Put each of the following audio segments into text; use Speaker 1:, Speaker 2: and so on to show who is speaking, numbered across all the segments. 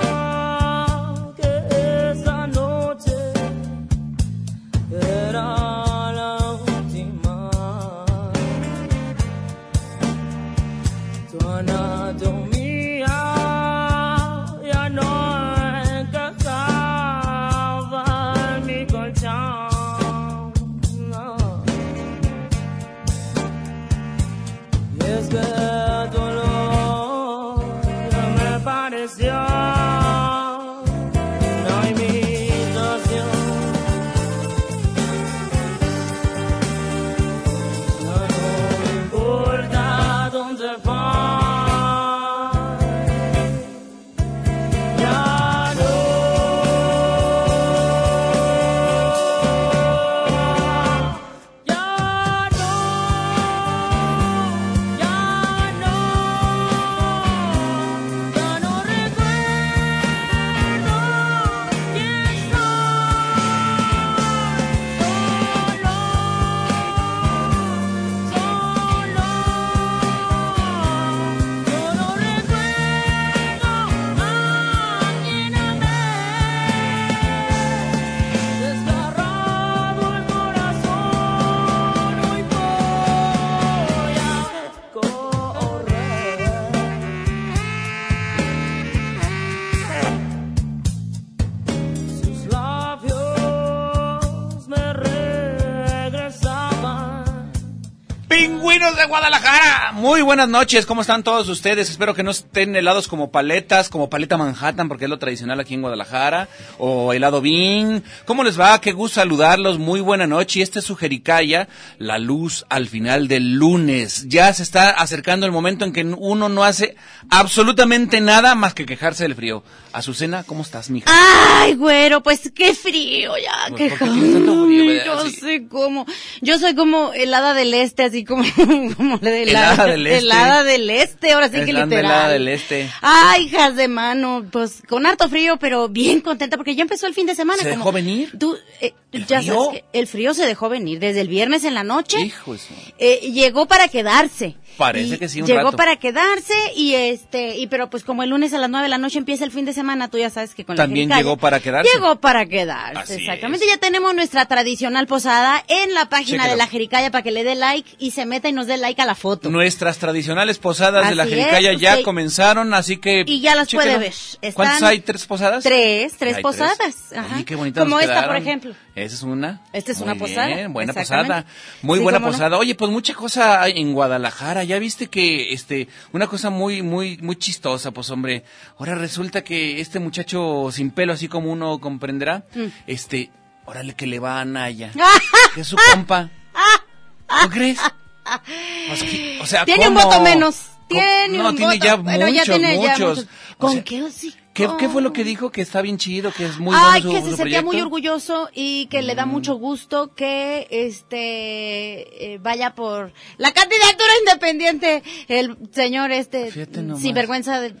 Speaker 1: Hija, que esa noche era la última. Tu anatomía ya no encajaba en mi colchón. No. Y es que el dolor ya me pareció una imitación. Ya no me importa dónde va. Ya no. Ya no. Ya no, ya no recuerdo quién soy. Solo, solo, yo no recuerdo a quién amé. Desgarrado el corazón, hoy voy a correr. Sus labios me regresaban.
Speaker 2: Pingüinos de Guadalajara. Muy buenas noches, ¿cómo están todos ustedes? Espero que no estén helados como paletas, como paleta Manhattan, porque es lo tradicional aquí en Guadalajara, o helado Bing. ¿Cómo les va? Qué gusto saludarlos. Muy buena noche. Este es su Jericaya, la luz al final del lunes. Ya se está acercando el momento en que uno no hace absolutamente nada más que quejarse del frío. Azucena, ¿cómo estás, mija?
Speaker 3: Ay, güero, pues qué frío ya,
Speaker 2: Pues,
Speaker 3: qué
Speaker 2: ¿por qué tienes tanto frío,
Speaker 3: Ay,
Speaker 2: verdad?
Speaker 3: Yo
Speaker 2: Así.
Speaker 3: sé cómo, yo soy como helada del este, así como, como la de
Speaker 2: Helada
Speaker 3: la-
Speaker 2: del este.
Speaker 3: helada del este, ahora sí que
Speaker 2: Helada
Speaker 3: literal.
Speaker 2: del este.
Speaker 3: Ay, hijas de mano, pues con harto frío, pero bien contenta porque ya empezó el fin de semana.
Speaker 2: ¿Se
Speaker 3: como-
Speaker 2: dejó venir?
Speaker 3: Tú, eh,
Speaker 2: ¿El
Speaker 3: ya
Speaker 2: frío?
Speaker 3: sabes que el frío se dejó venir desde el viernes en la noche.
Speaker 2: Hijo de su-
Speaker 3: Eh, llegó para quedarse.
Speaker 2: Parece
Speaker 3: Y
Speaker 2: que sí, un
Speaker 3: Llegó
Speaker 2: rato.
Speaker 3: para quedarse y este, y pero pues como el lunes a las nueve de la noche empieza el fin de semana, tú ya sabes que con la
Speaker 2: También
Speaker 3: jericaya-
Speaker 2: llegó para quedarse.
Speaker 3: Llegó para quedarse,
Speaker 2: Así
Speaker 3: exactamente. Ya tenemos nuestra tradicional posada en la página
Speaker 2: Chéquela.
Speaker 3: de la Jericaya para que le dé like y se meta y nos dé like a la foto.
Speaker 2: Nuestras tradicionales posadas de la
Speaker 3: Así es,
Speaker 2: Jericaya ya
Speaker 3: usted-
Speaker 2: comenzaron, así que...
Speaker 3: Y ya las puede ver. Están-
Speaker 2: ¿Cuántas hay? ¿Tres posadas?
Speaker 3: Tres, tres
Speaker 2: Hay
Speaker 3: posadas, ajá.
Speaker 2: Oye, qué bonitas
Speaker 3: Como
Speaker 2: nos
Speaker 3: esta, por
Speaker 2: quedaron.
Speaker 3: ejemplo.
Speaker 2: Esa es una.
Speaker 3: Esta es
Speaker 2: Muy
Speaker 3: una posada,
Speaker 2: bien, buena
Speaker 3: exactamente.
Speaker 2: posada. Muy
Speaker 3: Sí,
Speaker 2: buena
Speaker 3: cómo no.
Speaker 2: posada. Oye, pues mucha cosa hay en Guadalajara. Ya viste que, este, una cosa muy, muy, muy chistosa, pues hombre. Ahora resulta que este muchacho sin pelo, así como uno comprenderá,
Speaker 3: Mm.
Speaker 2: este, órale que le va a Naya. que es su compa. ¿No crees? Pues que- o sea,
Speaker 3: tiene un
Speaker 2: ¿cómo?
Speaker 3: voto menos.
Speaker 2: ¿Cómo?
Speaker 3: Tiene
Speaker 2: no,
Speaker 3: un
Speaker 2: tiene
Speaker 3: voto-
Speaker 2: ya
Speaker 3: bueno,
Speaker 2: muchos,
Speaker 3: tiene ya
Speaker 2: muchos.
Speaker 3: muchos.
Speaker 2: O
Speaker 3: ¿Con
Speaker 2: sea,
Speaker 3: qué hocico?
Speaker 2: ¿Qué, qué fue lo que dijo? Que está bien chido, que es muy
Speaker 3: Ay,
Speaker 2: bueno su,
Speaker 3: que se
Speaker 2: su
Speaker 3: sentía muy
Speaker 2: proyecto. Mm.
Speaker 3: orgulloso y que le da mucho gusto que este eh, vaya por la candidatura independiente el señor este
Speaker 2: Fíjate nomás.
Speaker 3: sinvergüenza del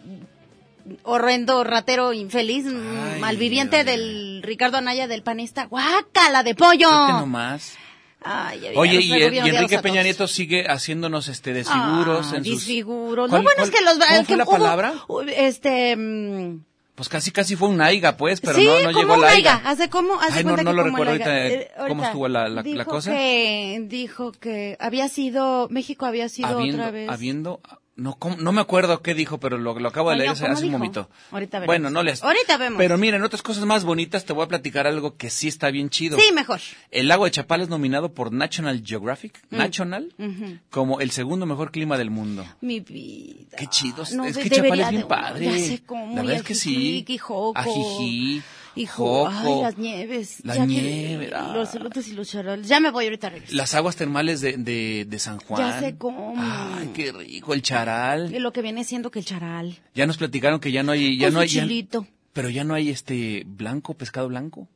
Speaker 3: horrendo ratero infeliz mm,
Speaker 2: Ay,
Speaker 3: malviviente
Speaker 2: Dios mío.
Speaker 3: del Ricardo Anaya del panista guácala de pollo
Speaker 2: Fíjate nomás.
Speaker 3: Ay, ya vi,
Speaker 2: Oye,
Speaker 3: los
Speaker 2: y, e-
Speaker 3: traigo
Speaker 2: y
Speaker 3: bien odiados
Speaker 2: Enrique
Speaker 3: a
Speaker 2: Peña
Speaker 3: todos.
Speaker 2: Nieto sigue haciéndonos este desfiguros
Speaker 3: Ah,
Speaker 2: en sus...
Speaker 3: desfiguros.
Speaker 2: ¿Cuál-
Speaker 3: no, bueno, es
Speaker 2: cuál-
Speaker 3: que los...
Speaker 2: ¿Cómo
Speaker 3: que
Speaker 2: fue la
Speaker 3: hubo-
Speaker 2: palabra?
Speaker 3: Este... mm,
Speaker 2: Pues casi casi fue un aiga, pues, pero
Speaker 3: sí,
Speaker 2: no, no
Speaker 3: como
Speaker 2: llegó a
Speaker 3: un
Speaker 2: la
Speaker 3: aiga.
Speaker 2: aiga.
Speaker 3: Hace como, hace
Speaker 2: Ay, no,
Speaker 3: cuenta
Speaker 2: no
Speaker 3: que
Speaker 2: lo
Speaker 3: como
Speaker 2: recuerdo
Speaker 3: el
Speaker 2: ahorita
Speaker 3: aiga.
Speaker 2: eh, cómo estuvo la- la- la
Speaker 3: dijo
Speaker 2: cosa.
Speaker 3: Que, dijo que había sido, México había sido
Speaker 2: habiendo,
Speaker 3: otra vez.
Speaker 2: habiendo- no, ¿cómo? no me acuerdo qué dijo, pero lo, lo acabo de
Speaker 3: Ay,
Speaker 2: leer
Speaker 3: no,
Speaker 2: hace,
Speaker 3: ¿cómo
Speaker 2: hace un
Speaker 3: dijo?
Speaker 2: momento.
Speaker 3: Ahorita veremos.
Speaker 2: Bueno, no les.
Speaker 3: Ahorita vemos.
Speaker 2: Pero miren, otras cosas más bonitas, te voy a platicar algo que sí está bien chido.
Speaker 3: Sí, mejor.
Speaker 2: El lago de Chapal es nominado por National Geographic,
Speaker 3: Mm.
Speaker 2: National,
Speaker 3: Ujú.
Speaker 2: como el segundo mejor clima del mundo.
Speaker 3: Mi vida.
Speaker 2: Qué chido.
Speaker 3: Ah, No,
Speaker 2: es
Speaker 3: de-
Speaker 2: que Chapal
Speaker 3: debería
Speaker 2: es bien
Speaker 3: de-
Speaker 2: padre.
Speaker 3: Ya sé cómo.
Speaker 2: La
Speaker 3: y
Speaker 2: verdad es que sí.
Speaker 3: Ajijic y Joco.
Speaker 2: Ajijí.
Speaker 3: Hijo, ay,
Speaker 2: Joco,
Speaker 3: las nieves.
Speaker 2: la
Speaker 3: ya que-
Speaker 2: nieve, ah.
Speaker 3: Los elotes y los charoles. Ya me voy ahorita a regresar.
Speaker 2: Las aguas termales de, de, de San Juan.
Speaker 3: Ya sé cómo.
Speaker 2: Ay, qué rico, el charal.
Speaker 3: Y Lo que viene siendo que el charal.
Speaker 2: Ya nos platicaron que ya no hay, ya
Speaker 3: Con
Speaker 2: no
Speaker 3: su
Speaker 2: hay, ya-
Speaker 3: Pues chilito.
Speaker 2: pero ya no hay este blanco, pescado blanco.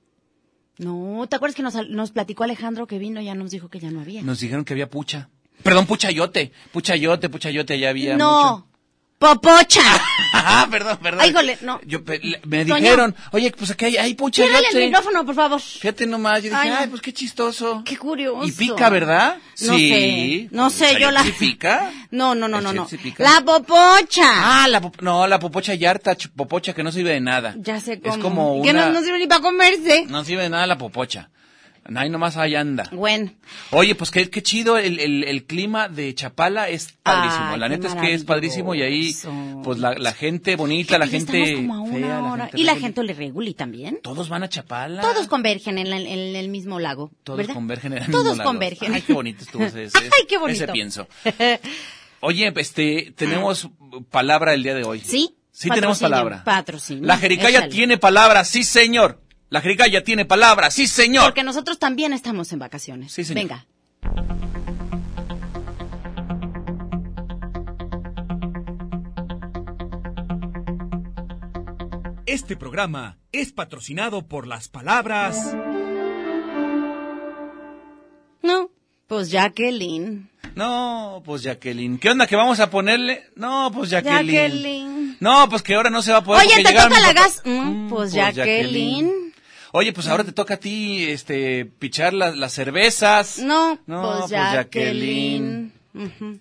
Speaker 3: No, ¿te acuerdas que nos, nos platicó Alejandro que vino y ya nos dijo que ya no había?
Speaker 2: Nos dijeron que había pucha. Perdón, puchayote. Puchayote, puchayote, ya había.
Speaker 3: No,
Speaker 2: mucho. Ah,
Speaker 3: popocha.
Speaker 2: Ajá, perdón, perdón.
Speaker 3: Ay, jole, no.
Speaker 2: Yo pe- le- me
Speaker 3: Toño.
Speaker 2: dijeron, oye, pues aquí hay,
Speaker 3: Tírale
Speaker 2: hay
Speaker 3: el
Speaker 2: puchayote.
Speaker 3: micrófono, por favor.
Speaker 2: Fíjate nomás, yo dije,
Speaker 3: Ay,
Speaker 2: ay,
Speaker 3: no.
Speaker 2: pues qué chistoso.
Speaker 3: Qué curioso.
Speaker 2: Y pica, ¿verdad?
Speaker 3: No
Speaker 2: sí.
Speaker 3: sé. No sé, yo la.
Speaker 2: ¿Sí pica?
Speaker 3: No, no, no,
Speaker 2: ¿El
Speaker 3: no, no.
Speaker 2: chile sí pica?
Speaker 3: La popocha.
Speaker 2: Ah, la pop- no, la popocha yarta, ch- popocha que no sirve de nada.
Speaker 3: Ya sé cómo.
Speaker 2: Es como una...
Speaker 3: Que no, no sirve ni para comerse.
Speaker 2: No sirve de nada la popocha. Ahí nomás ahí anda.
Speaker 3: Bueno.
Speaker 2: Oye, pues qué, qué chido, el, el, el clima de Chapala es padrísimo.
Speaker 3: Ay,
Speaker 2: la
Speaker 3: qué
Speaker 2: neta es que es padrísimo y ahí,
Speaker 3: maravilloso.
Speaker 2: pues la, la gente bonita, la
Speaker 3: Ya
Speaker 2: gente
Speaker 3: Estamos como a una
Speaker 2: fea,
Speaker 3: hora.
Speaker 2: gente
Speaker 3: y la
Speaker 2: regular.
Speaker 3: gente le reguli también.
Speaker 2: Todos van a Chapala.
Speaker 3: Todos convergen en, la- en el mismo lago.
Speaker 2: Todos
Speaker 3: ¿verdad?
Speaker 2: convergen en el
Speaker 3: Todos
Speaker 2: mismo lago.
Speaker 3: convergen.
Speaker 2: Ay, qué bonito estuvo ese, ese-
Speaker 3: Ay, qué bonito.
Speaker 2: ese pienso. Oye, este, tenemos palabra el día de hoy.
Speaker 3: Sí,
Speaker 2: Sí tenemos
Speaker 3: patrocinio,
Speaker 2: palabra.
Speaker 3: patrocinio,
Speaker 2: La Jericaya
Speaker 3: échale.
Speaker 2: tiene palabra, sí señor. La Jericaya tiene palabra, sí señor.
Speaker 3: Porque nosotros también estamos en vacaciones.
Speaker 2: Sí, señor.
Speaker 3: Venga.
Speaker 4: Este programa es patrocinado por las palabras.
Speaker 3: No, pues Jacqueline.
Speaker 2: No, pues Jacqueline. ¿Qué onda que vamos a ponerle? No, pues Jacqueline.
Speaker 3: Jacqueline.
Speaker 2: No, pues que ahora no se va a poder.
Speaker 3: Oye,
Speaker 2: porque
Speaker 3: te
Speaker 2: llegaron
Speaker 3: toca
Speaker 2: mis
Speaker 3: la
Speaker 2: papás.
Speaker 3: gas. Mm, pues Jacqueline.
Speaker 2: Oye, pues ahora te toca a ti, este, pichar la- las cervezas.
Speaker 3: No,
Speaker 2: No,
Speaker 3: pues
Speaker 2: pues
Speaker 3: Jacqueline. Ujú.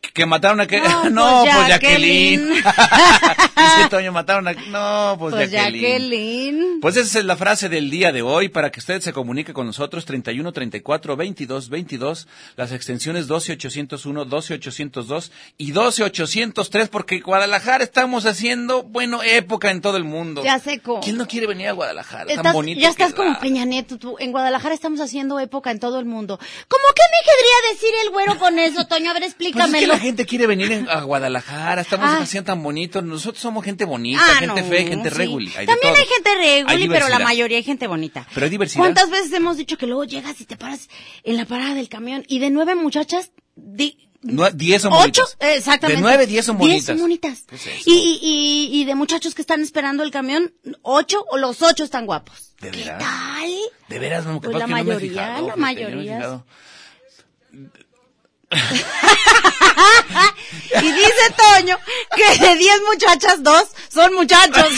Speaker 2: Que, que mataron a que.
Speaker 3: No,
Speaker 2: No,
Speaker 3: pues
Speaker 2: pues,
Speaker 3: Jacqueline.
Speaker 2: Jacqueline. Dice Toño, mataron a. No, pues,
Speaker 3: Pues
Speaker 2: Jacqueline.
Speaker 3: Jacqueline.
Speaker 2: Pues esa es la frase del día de hoy para que usted se comunique con nosotros 31 34 22 22 las extensiones 12 801 12 802 y 12 803 porque Guadalajara estamos haciendo bueno época en todo el mundo.
Speaker 3: Ya sé cómo.
Speaker 2: ¿Quién no quiere venir a Guadalajara? Tan
Speaker 3: Estás-
Speaker 2: bonito
Speaker 3: ya
Speaker 2: que
Speaker 3: estás
Speaker 2: es
Speaker 3: como
Speaker 2: la-
Speaker 3: Peña Nieto, tú. En Guadalajara estamos haciendo época en todo el mundo. ¿Cómo que me querría decir el güero con eso, Toño? A ver,
Speaker 2: Pues es que
Speaker 3: explícamelo.
Speaker 2: la gente quiere venir en- a Guadalajara, estamos
Speaker 3: Ah.
Speaker 2: en haciendo tan bonito, nosotros somos gente bonita,
Speaker 3: Ah,
Speaker 2: gente
Speaker 3: no,
Speaker 2: fea, y gente
Speaker 3: sí.
Speaker 2: regular.
Speaker 3: También hay gente regular, pero la
Speaker 2: mayoría
Speaker 3: mayoría hay gente bonita.
Speaker 2: Pero hay diversidad.
Speaker 3: ¿Cuántas veces hemos dicho que luego llegas y te paras en la parada del camión y de nueve muchachas, di-
Speaker 2: Nue- diez son
Speaker 3: ocho,
Speaker 2: bonitas.
Speaker 3: eh, exactamente.
Speaker 2: De nueve, diez son
Speaker 3: Diez
Speaker 2: bonitas.
Speaker 3: son bonitas.
Speaker 2: ¿Qué es eso?
Speaker 3: y, y, y- y de muchachos que están esperando el camión, ocho o los ocho están guapos.
Speaker 2: ¿De
Speaker 3: ¿Qué
Speaker 2: veras?
Speaker 3: tal?
Speaker 2: De veras, no,
Speaker 3: Pues
Speaker 2: capaz
Speaker 3: la
Speaker 2: que no me he
Speaker 3: mayoría,
Speaker 2: fijado,
Speaker 3: la
Speaker 2: fíjate, yo no me he
Speaker 3: mayoría.
Speaker 2: fijado.
Speaker 3: Y dice Toño que de diez muchachas, dos son muchachos.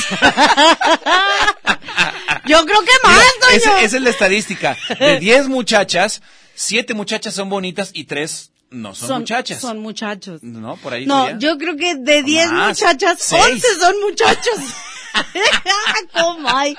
Speaker 3: Yo creo que más,
Speaker 2: Mira,
Speaker 3: Toño.
Speaker 2: esa, esa es la estadística. De 10 muchachas, 7 muchachas son bonitas y 3 no son, muchachas.
Speaker 3: Son muchachos.
Speaker 2: No, por ahí
Speaker 3: No,
Speaker 2: sería.
Speaker 3: yo creo que de 10
Speaker 2: Más.
Speaker 3: muchachas,
Speaker 2: Seis.
Speaker 3: 11 son muchachos. oh my.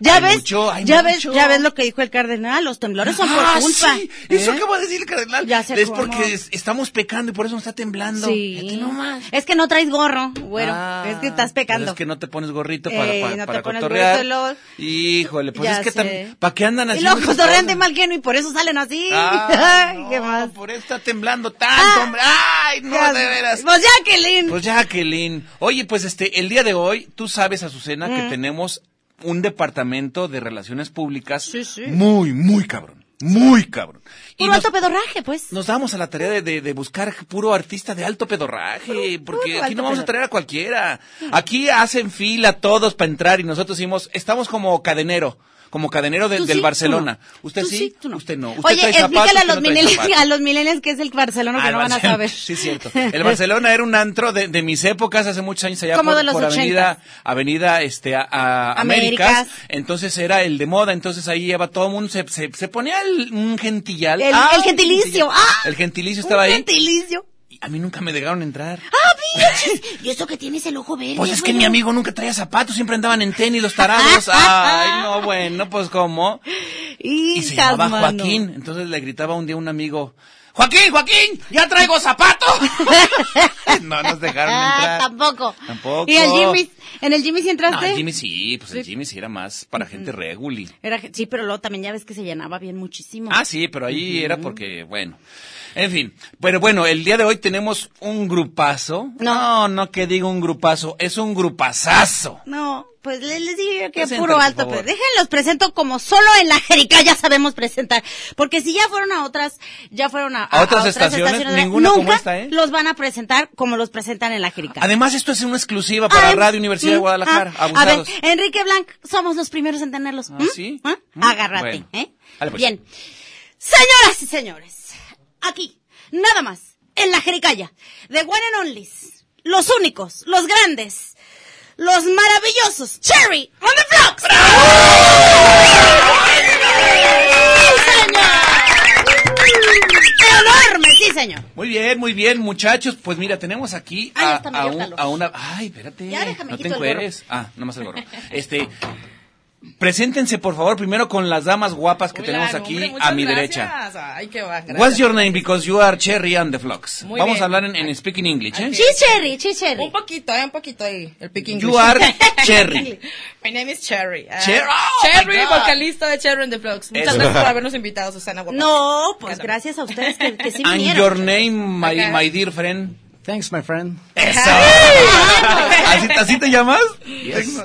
Speaker 3: Ya
Speaker 2: Hay
Speaker 3: ves,
Speaker 2: mucho, hay
Speaker 3: ya
Speaker 2: mucho.
Speaker 3: ves, ya ves lo que dijo el cardenal, los temblores son
Speaker 2: Ah,
Speaker 3: por culpa.
Speaker 2: sí, Eso
Speaker 3: ¿Eh?
Speaker 2: que va a decir el cardenal.
Speaker 3: Ya sé
Speaker 2: es
Speaker 3: cómo.
Speaker 2: porque es- estamos pecando y por eso me está temblando.
Speaker 3: Sí.
Speaker 2: Fíjate nomás.
Speaker 3: Es que no traes gorro, güero.
Speaker 2: Ah,
Speaker 3: es que estás pecando.
Speaker 2: pero Es que no te pones gorrito para,
Speaker 3: Ey,
Speaker 2: para,
Speaker 3: no te
Speaker 2: para
Speaker 3: pones
Speaker 2: cotorrear.
Speaker 3: gorrito, luego-
Speaker 2: Híjole, pues
Speaker 3: Ya
Speaker 2: es que
Speaker 3: sé.
Speaker 2: tam- ¿para qué andan
Speaker 3: y
Speaker 2: haciendo
Speaker 3: los
Speaker 2: esas
Speaker 3: cotorrean de
Speaker 2: cosas?
Speaker 3: mal genio y por eso salen así.
Speaker 2: Ay,
Speaker 3: ¿Qué
Speaker 2: no,
Speaker 3: más? Ah,
Speaker 2: Por eso está temblando tanto, hombre. Ay, no,
Speaker 3: Ya-
Speaker 2: de veras.
Speaker 3: Pues Jacqueline.
Speaker 2: Pues Jacqueline. Oye, pues este, el día de hoy, tú sabes, Azucena,
Speaker 3: Mm.
Speaker 2: que tenemos un departamento de relaciones públicas
Speaker 3: Sí, sí.
Speaker 2: muy, muy cabrón. Muy cabrón. Y
Speaker 3: Puro
Speaker 2: nos,
Speaker 3: alto pedorraje, pues.
Speaker 2: nos damos a la tarea de, de- de buscar puro artista de alto pedorraje, porque aquí
Speaker 3: alto
Speaker 2: no vamos a
Speaker 3: pedorraje.
Speaker 2: traer a cualquiera. Aquí hacen fila todos para entrar y nosotros hicimos, estamos como cadenero. Como cadenero de-
Speaker 3: Tú
Speaker 2: del
Speaker 3: sí, tú
Speaker 2: Barcelona.
Speaker 3: no.
Speaker 2: ¿Usted
Speaker 3: Tú
Speaker 2: sí?
Speaker 3: tú
Speaker 2: Usted no. Usted
Speaker 3: Oye,
Speaker 2: trae zapatos,
Speaker 3: explícale a
Speaker 2: usted
Speaker 3: los,
Speaker 2: no trae
Speaker 3: millennials-
Speaker 2: zapatos.
Speaker 3: a los millennials que es el Barcelona que
Speaker 2: Ah,
Speaker 3: no
Speaker 2: el
Speaker 3: van a
Speaker 2: Barcelona.
Speaker 3: saber.
Speaker 2: Sí, cierto. El Barcelona era un antro de, de mis épocas hace muchos años allá
Speaker 3: Como
Speaker 2: por,
Speaker 3: de los
Speaker 2: por
Speaker 3: 80s.
Speaker 2: avenida, avenida este, a, a-
Speaker 3: Américas.
Speaker 2: Américas. Entonces era el de moda, entonces ahí iba todo el mundo, se, se, se ponía el, un gentillal.
Speaker 3: El-
Speaker 2: Ah,
Speaker 3: el gentilicio.
Speaker 2: gentillal.
Speaker 3: Ah,
Speaker 2: el gentilicio estaba ahí.
Speaker 3: Un gentilicio.
Speaker 2: Y a mí nunca me dejaron entrar.
Speaker 3: ¿Y eso que tienes el ojo verde?
Speaker 2: Pues es que
Speaker 3: güero?
Speaker 2: mi amigo nunca traía zapatos, siempre andaban en tenis los tarados. Ay, no, bueno, pues cómo. Y se
Speaker 3: Hijas,
Speaker 2: llamaba
Speaker 3: mano.
Speaker 2: Joaquín. Entonces le gritaba un día un amigo, Joaquín, Joaquín, ya traigo zapato. no nos dejaron
Speaker 3: Ah,
Speaker 2: entrar.
Speaker 3: tampoco.
Speaker 2: Tampoco.
Speaker 3: ¿Y el Jimmy? ¿En el Jimmy sí
Speaker 2: No,
Speaker 3: entraste?
Speaker 2: el Jimmy sí, pues el Jimmy sí era más para gente reguli.
Speaker 3: Era, ge- sí, pero luego también ya ves que se llenaba bien muchísimo.
Speaker 2: Ah, sí, pero ahí era porque, bueno. En fin, pero bueno, el día de hoy tenemos un grupazo.
Speaker 3: No.
Speaker 2: no, no que diga un grupazo, es un grupazazo.
Speaker 3: No. Pues les, les dije que
Speaker 2: Preséntalo,
Speaker 3: puro
Speaker 2: por
Speaker 3: alto,
Speaker 2: favor.
Speaker 3: pero déjenlos presento como solo en la Jericá ya sabemos presentar. Porque si ya fueron a otras, ya fueron a,
Speaker 2: ¿A otras estaciones? Ninguna
Speaker 3: nunca
Speaker 2: como esta, ¿eh?
Speaker 3: los van a presentar como los presentan en la Jericá.
Speaker 2: Además, esto es una exclusiva para
Speaker 3: Ah,
Speaker 2: Radio Universidad de
Speaker 3: mm,
Speaker 2: Guadalajara.
Speaker 3: ah, a ver,
Speaker 2: Abusados.
Speaker 3: Enrique Blanc, somos los primeros en tenerlos.
Speaker 2: Ah,
Speaker 3: ¿m?
Speaker 2: ¿sí?
Speaker 3: ¿Ah?
Speaker 2: Mm,
Speaker 3: Agárrate,
Speaker 2: bueno.
Speaker 3: ¿eh?
Speaker 2: Dale, pues.
Speaker 3: Bien. Señoras y señores, aquí, nada más, en la Jericaya, de One and Only, los únicos, los grandes, los maravillosos, Cherry on the Blocks. ¡Sí, señor! ¡Enorme, sí, señor!
Speaker 2: Muy bien, muy bien, muchachos. Pues mira, tenemos aquí
Speaker 3: Ay,
Speaker 2: a,
Speaker 3: hasta me
Speaker 2: a
Speaker 3: dio
Speaker 2: un-
Speaker 3: calor.
Speaker 2: a una. Ay, espérate.
Speaker 3: Ya, déjame,
Speaker 2: no te
Speaker 3: quito el gorro.
Speaker 2: encueres. Ah, nomás el gorro. Este. Preséntense, por favor, primero con las damas guapas que tenemos
Speaker 5: Oigan,
Speaker 2: aquí
Speaker 5: hombre,
Speaker 2: a
Speaker 5: muchas
Speaker 2: mi derecha.
Speaker 5: gracias. Ay, qué va, gracias.
Speaker 2: What's your name? Because you are Cherry and the Flocks.
Speaker 5: Muy
Speaker 2: Vamos
Speaker 5: bien.
Speaker 2: a hablar en, en speaking English, ¿eh?
Speaker 5: Ok.
Speaker 3: Sí, Cherry, sí, Cherry.
Speaker 5: Un poquito, eh, un poquito ahí, el picking.
Speaker 2: You are Cherry.
Speaker 5: My name is Cherry. Ah,
Speaker 2: Cher- oh,
Speaker 5: Cherry,
Speaker 2: my God.
Speaker 5: vocalista de Cherry and the Vlogs. Muchas
Speaker 2: Eso.
Speaker 5: gracias por habernos invitado, Susana Guapa.
Speaker 3: No, pues gracias a ustedes que, que sí
Speaker 2: And
Speaker 3: vinieron.
Speaker 2: your name, my,
Speaker 5: Acá.
Speaker 2: my dear friend.
Speaker 6: Thanks, my friend.
Speaker 2: Eso. ¿Así, así te llamas?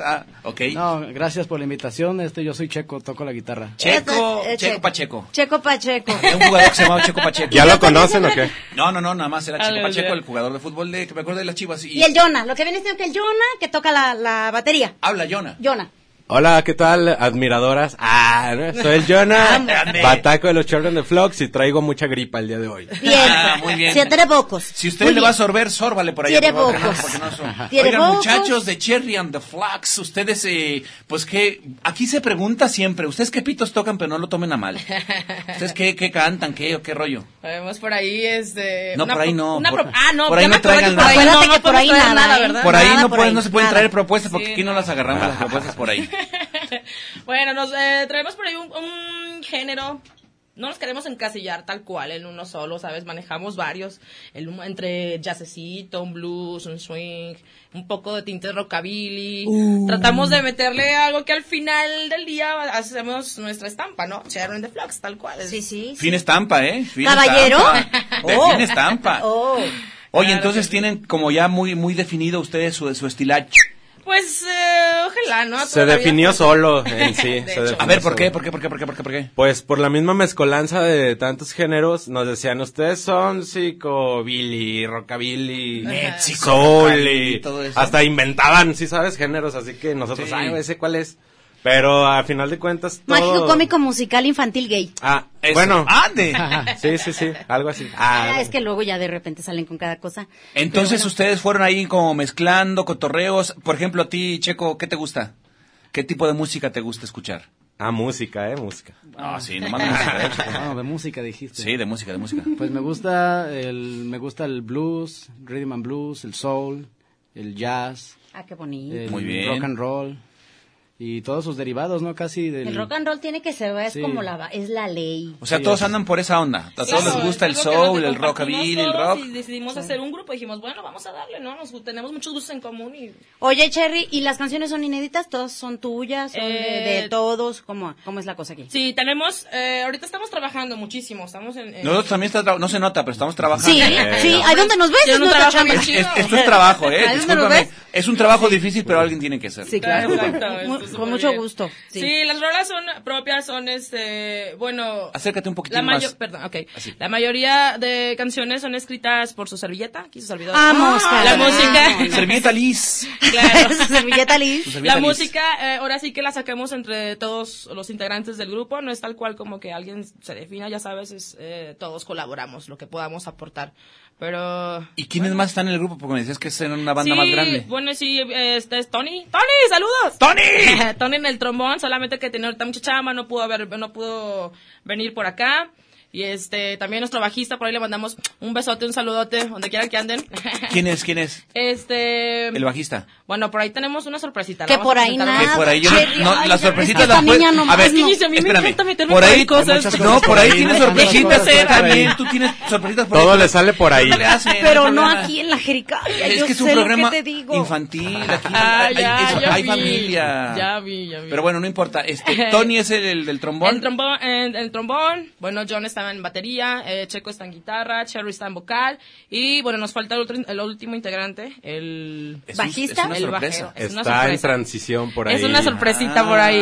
Speaker 2: Ah, ok.
Speaker 6: No, gracias por la invitación. Este, yo soy Checo, toco la guitarra.
Speaker 2: Checo,
Speaker 3: Eh, eh,
Speaker 2: Checo Pacheco.
Speaker 3: Checo Pacheco.
Speaker 2: Había un jugador que se llamaba Checo Pacheco.
Speaker 7: ¿Ya lo conocen o qué?
Speaker 2: No, no, no, nada más era Checo
Speaker 5: Aleluya.
Speaker 2: Pacheco, el jugador de fútbol de, que me acuerdo de las chivas. Y,
Speaker 3: Y el Jonah, lo que viene siendo que el Jonah que toca la, la batería.
Speaker 2: Habla, Jonah.
Speaker 3: Jonah.
Speaker 7: Hola, ¿qué tal, admiradoras? Ah, ¿no? soy el Jonah,
Speaker 2: Ándale.
Speaker 7: bataco de los Children de Flocks y traigo mucha gripa el día de hoy.
Speaker 3: Bien.
Speaker 2: Ah, muy bien.
Speaker 3: Si tiene bocos.
Speaker 2: Si usted
Speaker 3: Muy
Speaker 2: le va a
Speaker 3: bien.
Speaker 2: sorber, sórbale por ahí.
Speaker 3: Tiene
Speaker 2: por favor, que no-
Speaker 3: bocos.
Speaker 2: porque no son-
Speaker 3: Tiene
Speaker 2: Oigan,
Speaker 3: bocos.
Speaker 2: muchachos de Cherry and the Flax, ustedes, eh, pues que aquí se pregunta siempre, ¿ustedes qué pitos tocan pero no lo tomen a mal? ¿Ustedes qué, qué cantan, qué, o qué rollo?
Speaker 5: Vemos por ahí, este...
Speaker 2: No,
Speaker 5: una
Speaker 2: por ahí
Speaker 5: pro-
Speaker 2: no,
Speaker 5: una
Speaker 2: por-
Speaker 5: pro- ah, no,
Speaker 2: por ahí
Speaker 5: ya
Speaker 2: no
Speaker 5: me acordé
Speaker 2: traigan
Speaker 5: por ahí
Speaker 3: nada.
Speaker 5: no,
Speaker 3: Acuérdate
Speaker 5: no
Speaker 3: que por ahí
Speaker 5: podemos traer
Speaker 3: nada, ¿eh?
Speaker 5: ¿verdad?
Speaker 2: Por ahí
Speaker 3: Nada
Speaker 2: no,
Speaker 3: por
Speaker 2: pueden-
Speaker 3: ahí,
Speaker 2: no se pueden
Speaker 3: nada.
Speaker 2: traer propuestas porque
Speaker 5: Sí,
Speaker 2: aquí no las agarramos las propuestas por ahí.
Speaker 5: Bueno, nos eh, traemos por ahí un, un género. No nos queremos encasillar tal cual en uno solo, ¿sabes? Manejamos varios. El, un- entre jazzecito, un blues, un swing, un poco de tinte rockabilly. Tratamos de meterle algo que al final del día hacemos nuestra estampa, ¿no? Sharon the Flux, tal cual.
Speaker 3: Sí, sí. sí.
Speaker 2: Fin estampa, ¿eh? Fin
Speaker 3: ¿Caballero?
Speaker 2: estampa. De
Speaker 3: Oh.
Speaker 2: fin estampa.
Speaker 3: Oh.
Speaker 2: Oye,
Speaker 5: Claro
Speaker 2: entonces
Speaker 5: que sí.
Speaker 2: tienen como ya muy muy definido ustedes su, su estilacho.
Speaker 5: Pues, eh, ojalá, ¿no?
Speaker 7: Se
Speaker 5: Todavía-
Speaker 7: definió solo en sí.
Speaker 5: De
Speaker 7: se
Speaker 5: hecho.
Speaker 7: definió
Speaker 2: A ver, ¿por
Speaker 7: solo.
Speaker 2: qué? ¿Por qué? ¿Por qué? ¿Por qué? ¿Por qué? ¿Por qué?
Speaker 7: Pues por la misma mezcolanza de tantos géneros, nos decían, ustedes son psicobilly, rockabilly,
Speaker 2: México,
Speaker 7: soul,
Speaker 2: rockabilly,
Speaker 7: y
Speaker 2: todo eso.
Speaker 7: hasta inventaban, sí sabes, géneros, así que nosotros,
Speaker 2: Sí.
Speaker 7: ay, ese cuál es. Pero al final de cuentas, todo...
Speaker 3: Mágico cómico musical infantil gay.
Speaker 7: Ah,
Speaker 2: Eso.
Speaker 7: bueno.
Speaker 2: ¡Ande!
Speaker 7: Sí, sí, sí, algo así.
Speaker 3: Ah, es que luego ya de repente salen con cada cosa.
Speaker 2: Entonces ustedes fueron ahí como mezclando cotorreos. Por ejemplo, a ti, Checo, ¿qué te gusta? ¿Qué tipo de música te gusta escuchar?
Speaker 7: Ah, música, eh, música.
Speaker 2: Ah, sí, nomás de música. ¿eh, Checo?
Speaker 6: No, de música dijiste.
Speaker 2: Sí, de música, de música.
Speaker 6: Pues me gusta el, me gusta el blues, rhythm and blues, el soul, el jazz,
Speaker 3: Ah, qué bonito.
Speaker 6: el
Speaker 2: Muy bien.
Speaker 6: rock and roll y todos sus derivados, ¿no? Casi del...
Speaker 3: el rock and roll tiene que ser, es
Speaker 6: Sí.
Speaker 3: como la, va- es la ley.
Speaker 2: O sea, todos andan por esa onda. A todos
Speaker 5: Claro,
Speaker 2: les gusta
Speaker 5: es
Speaker 2: el
Speaker 5: algo que nos
Speaker 2: soul, el
Speaker 5: compartimos
Speaker 2: rockabilly, el
Speaker 5: todos
Speaker 2: rock.
Speaker 5: Y decidimos hacer un grupo. Dijimos, bueno, vamos a darle, ¿no? Nos, tenemos muchos gustos en común y
Speaker 3: Oye, Cherry, ¿y las canciones son inéditas? ¿Todas son tuyas? ¿Son de,
Speaker 5: Eh,
Speaker 3: de todos? ¿Cómo, ¿Cómo es la cosa aquí?
Speaker 5: Sí, tenemos, eh, ahorita estamos trabajando muchísimo, estamos en... en-
Speaker 2: Nosotros también está, tra- no se nota, pero estamos trabajando.
Speaker 3: Sí, sí, ahí donde nos ves,
Speaker 5: Yo
Speaker 3: es
Speaker 5: no
Speaker 3: nuestra
Speaker 5: trabajo
Speaker 3: chamba.
Speaker 5: en el
Speaker 2: Es- esto es trabajo, ¿eh?
Speaker 3: Ahí donde nos
Speaker 2: Discúlpame.
Speaker 3: ves.
Speaker 2: Es un trabajo difícil, pero alguien tiene que hacer.
Speaker 3: Sí, claro.
Speaker 5: Claro, exacto,
Speaker 3: Mu-
Speaker 5: esto
Speaker 3: con
Speaker 5: es súper
Speaker 3: mucho
Speaker 5: bien.
Speaker 3: gusto.
Speaker 5: Sí. las rolas son propias, son este, bueno...
Speaker 2: Acércate un poquitín
Speaker 5: la mayo-
Speaker 2: más.
Speaker 5: Perdón, ok. La mayoría de canciones son escritas por su servilleta, aquí sus olvidó.
Speaker 3: Vamos,
Speaker 5: la
Speaker 3: Carla,
Speaker 5: música.
Speaker 2: Servieta Liz.
Speaker 5: Claro.
Speaker 3: Su servilleta Liz.
Speaker 2: Su servieta
Speaker 5: La
Speaker 2: Liz.
Speaker 5: música, eh, ahora sí que la sacamos entre todos los integrantes del grupo, no es tal cual como que alguien se defina, ya sabes, es, eh, todos colaboramos, lo que podamos aportar. Pero
Speaker 2: ¿Y quiénes más están en el grupo? Porque me decías que es en una banda más grande.
Speaker 5: Bueno, sí, eh, este es Tony. Tony, saludos.
Speaker 2: ¡Tony!
Speaker 5: Tony en el trombón, solamente que tenía ahorita mucha chama, no pudo haber, no pudo venir por acá. Y este, también nuestro bajista, por ahí le mandamos un besote, un saludote, donde quiera que anden.
Speaker 2: ¿Quién es? ¿Quién es?
Speaker 5: Este,
Speaker 2: El bajista.
Speaker 5: bueno, por ahí tenemos una sorpresita. la
Speaker 3: Que
Speaker 5: vamos
Speaker 3: por
Speaker 5: a
Speaker 3: ahí
Speaker 2: Que
Speaker 5: presentar
Speaker 3: nada.
Speaker 5: ahora.
Speaker 2: por ahí yo
Speaker 3: Cherry,
Speaker 2: no,
Speaker 3: ay,
Speaker 2: las
Speaker 3: ya ves,
Speaker 2: sorpresitas
Speaker 3: esta
Speaker 2: las puedes-
Speaker 3: niña nomás
Speaker 2: a ver,
Speaker 3: no.
Speaker 5: Sí, sí, a mí me
Speaker 2: espérame.
Speaker 5: encanta meterme
Speaker 2: por
Speaker 5: por
Speaker 2: ahí
Speaker 5: cosas.
Speaker 2: No, por ahí
Speaker 6: Hay
Speaker 2: tienes
Speaker 6: muchas
Speaker 2: sorpresitas
Speaker 6: cosas
Speaker 2: eh,
Speaker 6: por ahí.
Speaker 2: también, tú tienes sorpresitas por
Speaker 7: Todo
Speaker 2: ahí.
Speaker 7: le sale por ahí.
Speaker 2: No te le haces, hay
Speaker 3: Pero no
Speaker 2: problema.
Speaker 3: aquí en la Jericaya.
Speaker 2: Es
Speaker 3: yo
Speaker 2: que es un
Speaker 3: sé lo
Speaker 2: programa
Speaker 3: que te digo.
Speaker 2: infantil, aquí
Speaker 5: Ah,
Speaker 2: hay,
Speaker 5: ya,
Speaker 2: hay-
Speaker 5: ya
Speaker 2: hay
Speaker 5: vi.
Speaker 2: familia.
Speaker 5: Ya vi, ya vi.
Speaker 2: Pero bueno, no importa. Este, Tony es el, el del trombón.
Speaker 5: El trombón, el, el trombón. Bueno, John está estaba en batería, eh, Checo está en guitarra, Cherry está en vocal y bueno, nos falta el, otro- el último integrante, el...
Speaker 2: Es
Speaker 3: ¿Bajista?
Speaker 2: es
Speaker 5: el
Speaker 2: una
Speaker 5: bajero.
Speaker 2: sorpresa.
Speaker 5: Es una
Speaker 7: Está en
Speaker 5: sorpresa.
Speaker 7: transición por ahí.
Speaker 5: Es una sorpresita
Speaker 2: Ah,
Speaker 5: por ahí.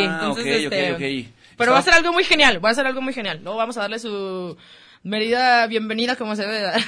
Speaker 2: ok,
Speaker 5: Entonces,
Speaker 2: ok,
Speaker 5: este,
Speaker 2: ok.
Speaker 5: Pero
Speaker 2: Está-
Speaker 5: va a ser algo muy genial, va a ser algo muy genial. No, vamos a darle su medida bienvenida como se ve.
Speaker 2: Está-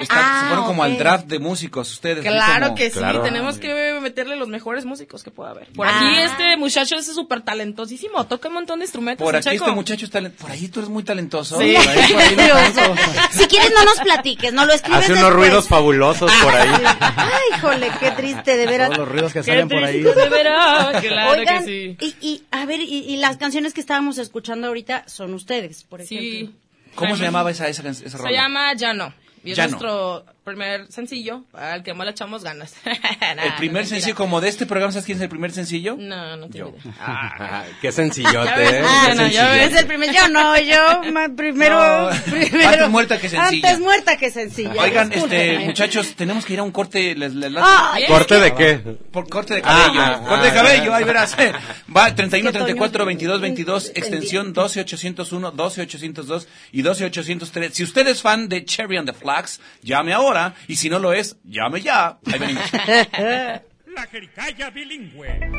Speaker 2: se
Speaker 3: Ah,
Speaker 2: fueron como
Speaker 3: ok.
Speaker 2: al draft de músicos ustedes. así
Speaker 5: Claro
Speaker 2: como-
Speaker 5: que sí,
Speaker 7: Claro.
Speaker 5: tenemos que meterle los mejores músicos que pueda haber. Por
Speaker 3: Ah.
Speaker 5: aquí este muchacho es súper talentosísimo, toca un montón de instrumentos.
Speaker 2: Por
Speaker 5: el
Speaker 2: aquí
Speaker 5: Checo.
Speaker 2: este muchacho está... Por ahí tú eres muy talentoso.
Speaker 5: Sí.
Speaker 2: Por ahí- por ahí no tanto.
Speaker 3: Si quieres, no nos platiques, no lo escribes.
Speaker 7: Hace unos
Speaker 3: después.
Speaker 7: ruidos fabulosos por ahí.
Speaker 3: Ay, jole, qué triste, de veras.
Speaker 6: Todos los ruidos que
Speaker 5: Qué
Speaker 6: salen por ahí.
Speaker 5: triste de veras, Claro
Speaker 3: Oigan,
Speaker 5: que sí.
Speaker 3: y, y a ver, y, y las canciones que estábamos escuchando ahorita son ustedes, por ejemplo.
Speaker 5: Sí.
Speaker 2: ¿Cómo se llamaba esa, esa, can- esa
Speaker 5: Se
Speaker 2: rola?
Speaker 5: llama Ya no. Y es
Speaker 2: Ya no.
Speaker 5: nuestro primer sencillo al que más le echamos ganas. Nah,
Speaker 2: El primer
Speaker 5: no, mentira.
Speaker 2: sencillo, como de este programa, ¿sabes quién es el primer sencillo?
Speaker 5: No, no tengo
Speaker 2: Yo.
Speaker 5: idea.
Speaker 7: Ah, Qué sencillote, ¿eh?
Speaker 5: Ah,
Speaker 7: Qué
Speaker 5: no, ya
Speaker 7: sencillo.
Speaker 5: ves.
Speaker 3: Es el primer, yo no, yo ma- primero,
Speaker 2: No.
Speaker 3: primero.
Speaker 2: Antes muerta que sencilla.
Speaker 3: Antes muerta que sencilla.
Speaker 2: Oigan, este,
Speaker 3: discúlpenme.
Speaker 2: muchachos, tenemos que ir a un corte. Les, les late.
Speaker 5: Ah.
Speaker 3: Ay,
Speaker 7: ¿Corte de qué?
Speaker 2: Por corte de cabello.
Speaker 7: Ah, ah,
Speaker 2: corte de
Speaker 7: ah,
Speaker 2: cabello,
Speaker 7: ah.
Speaker 2: ahí verás. Va 31, 34,
Speaker 3: Qué coño.
Speaker 2: 22, 22, extensión 12801, 12802 y 12803. Si usted es fan de Cherry and the Flags, llame ahora. Y si no lo es, llame ya. Ahí venimos.
Speaker 4: La jericaya bilingüe.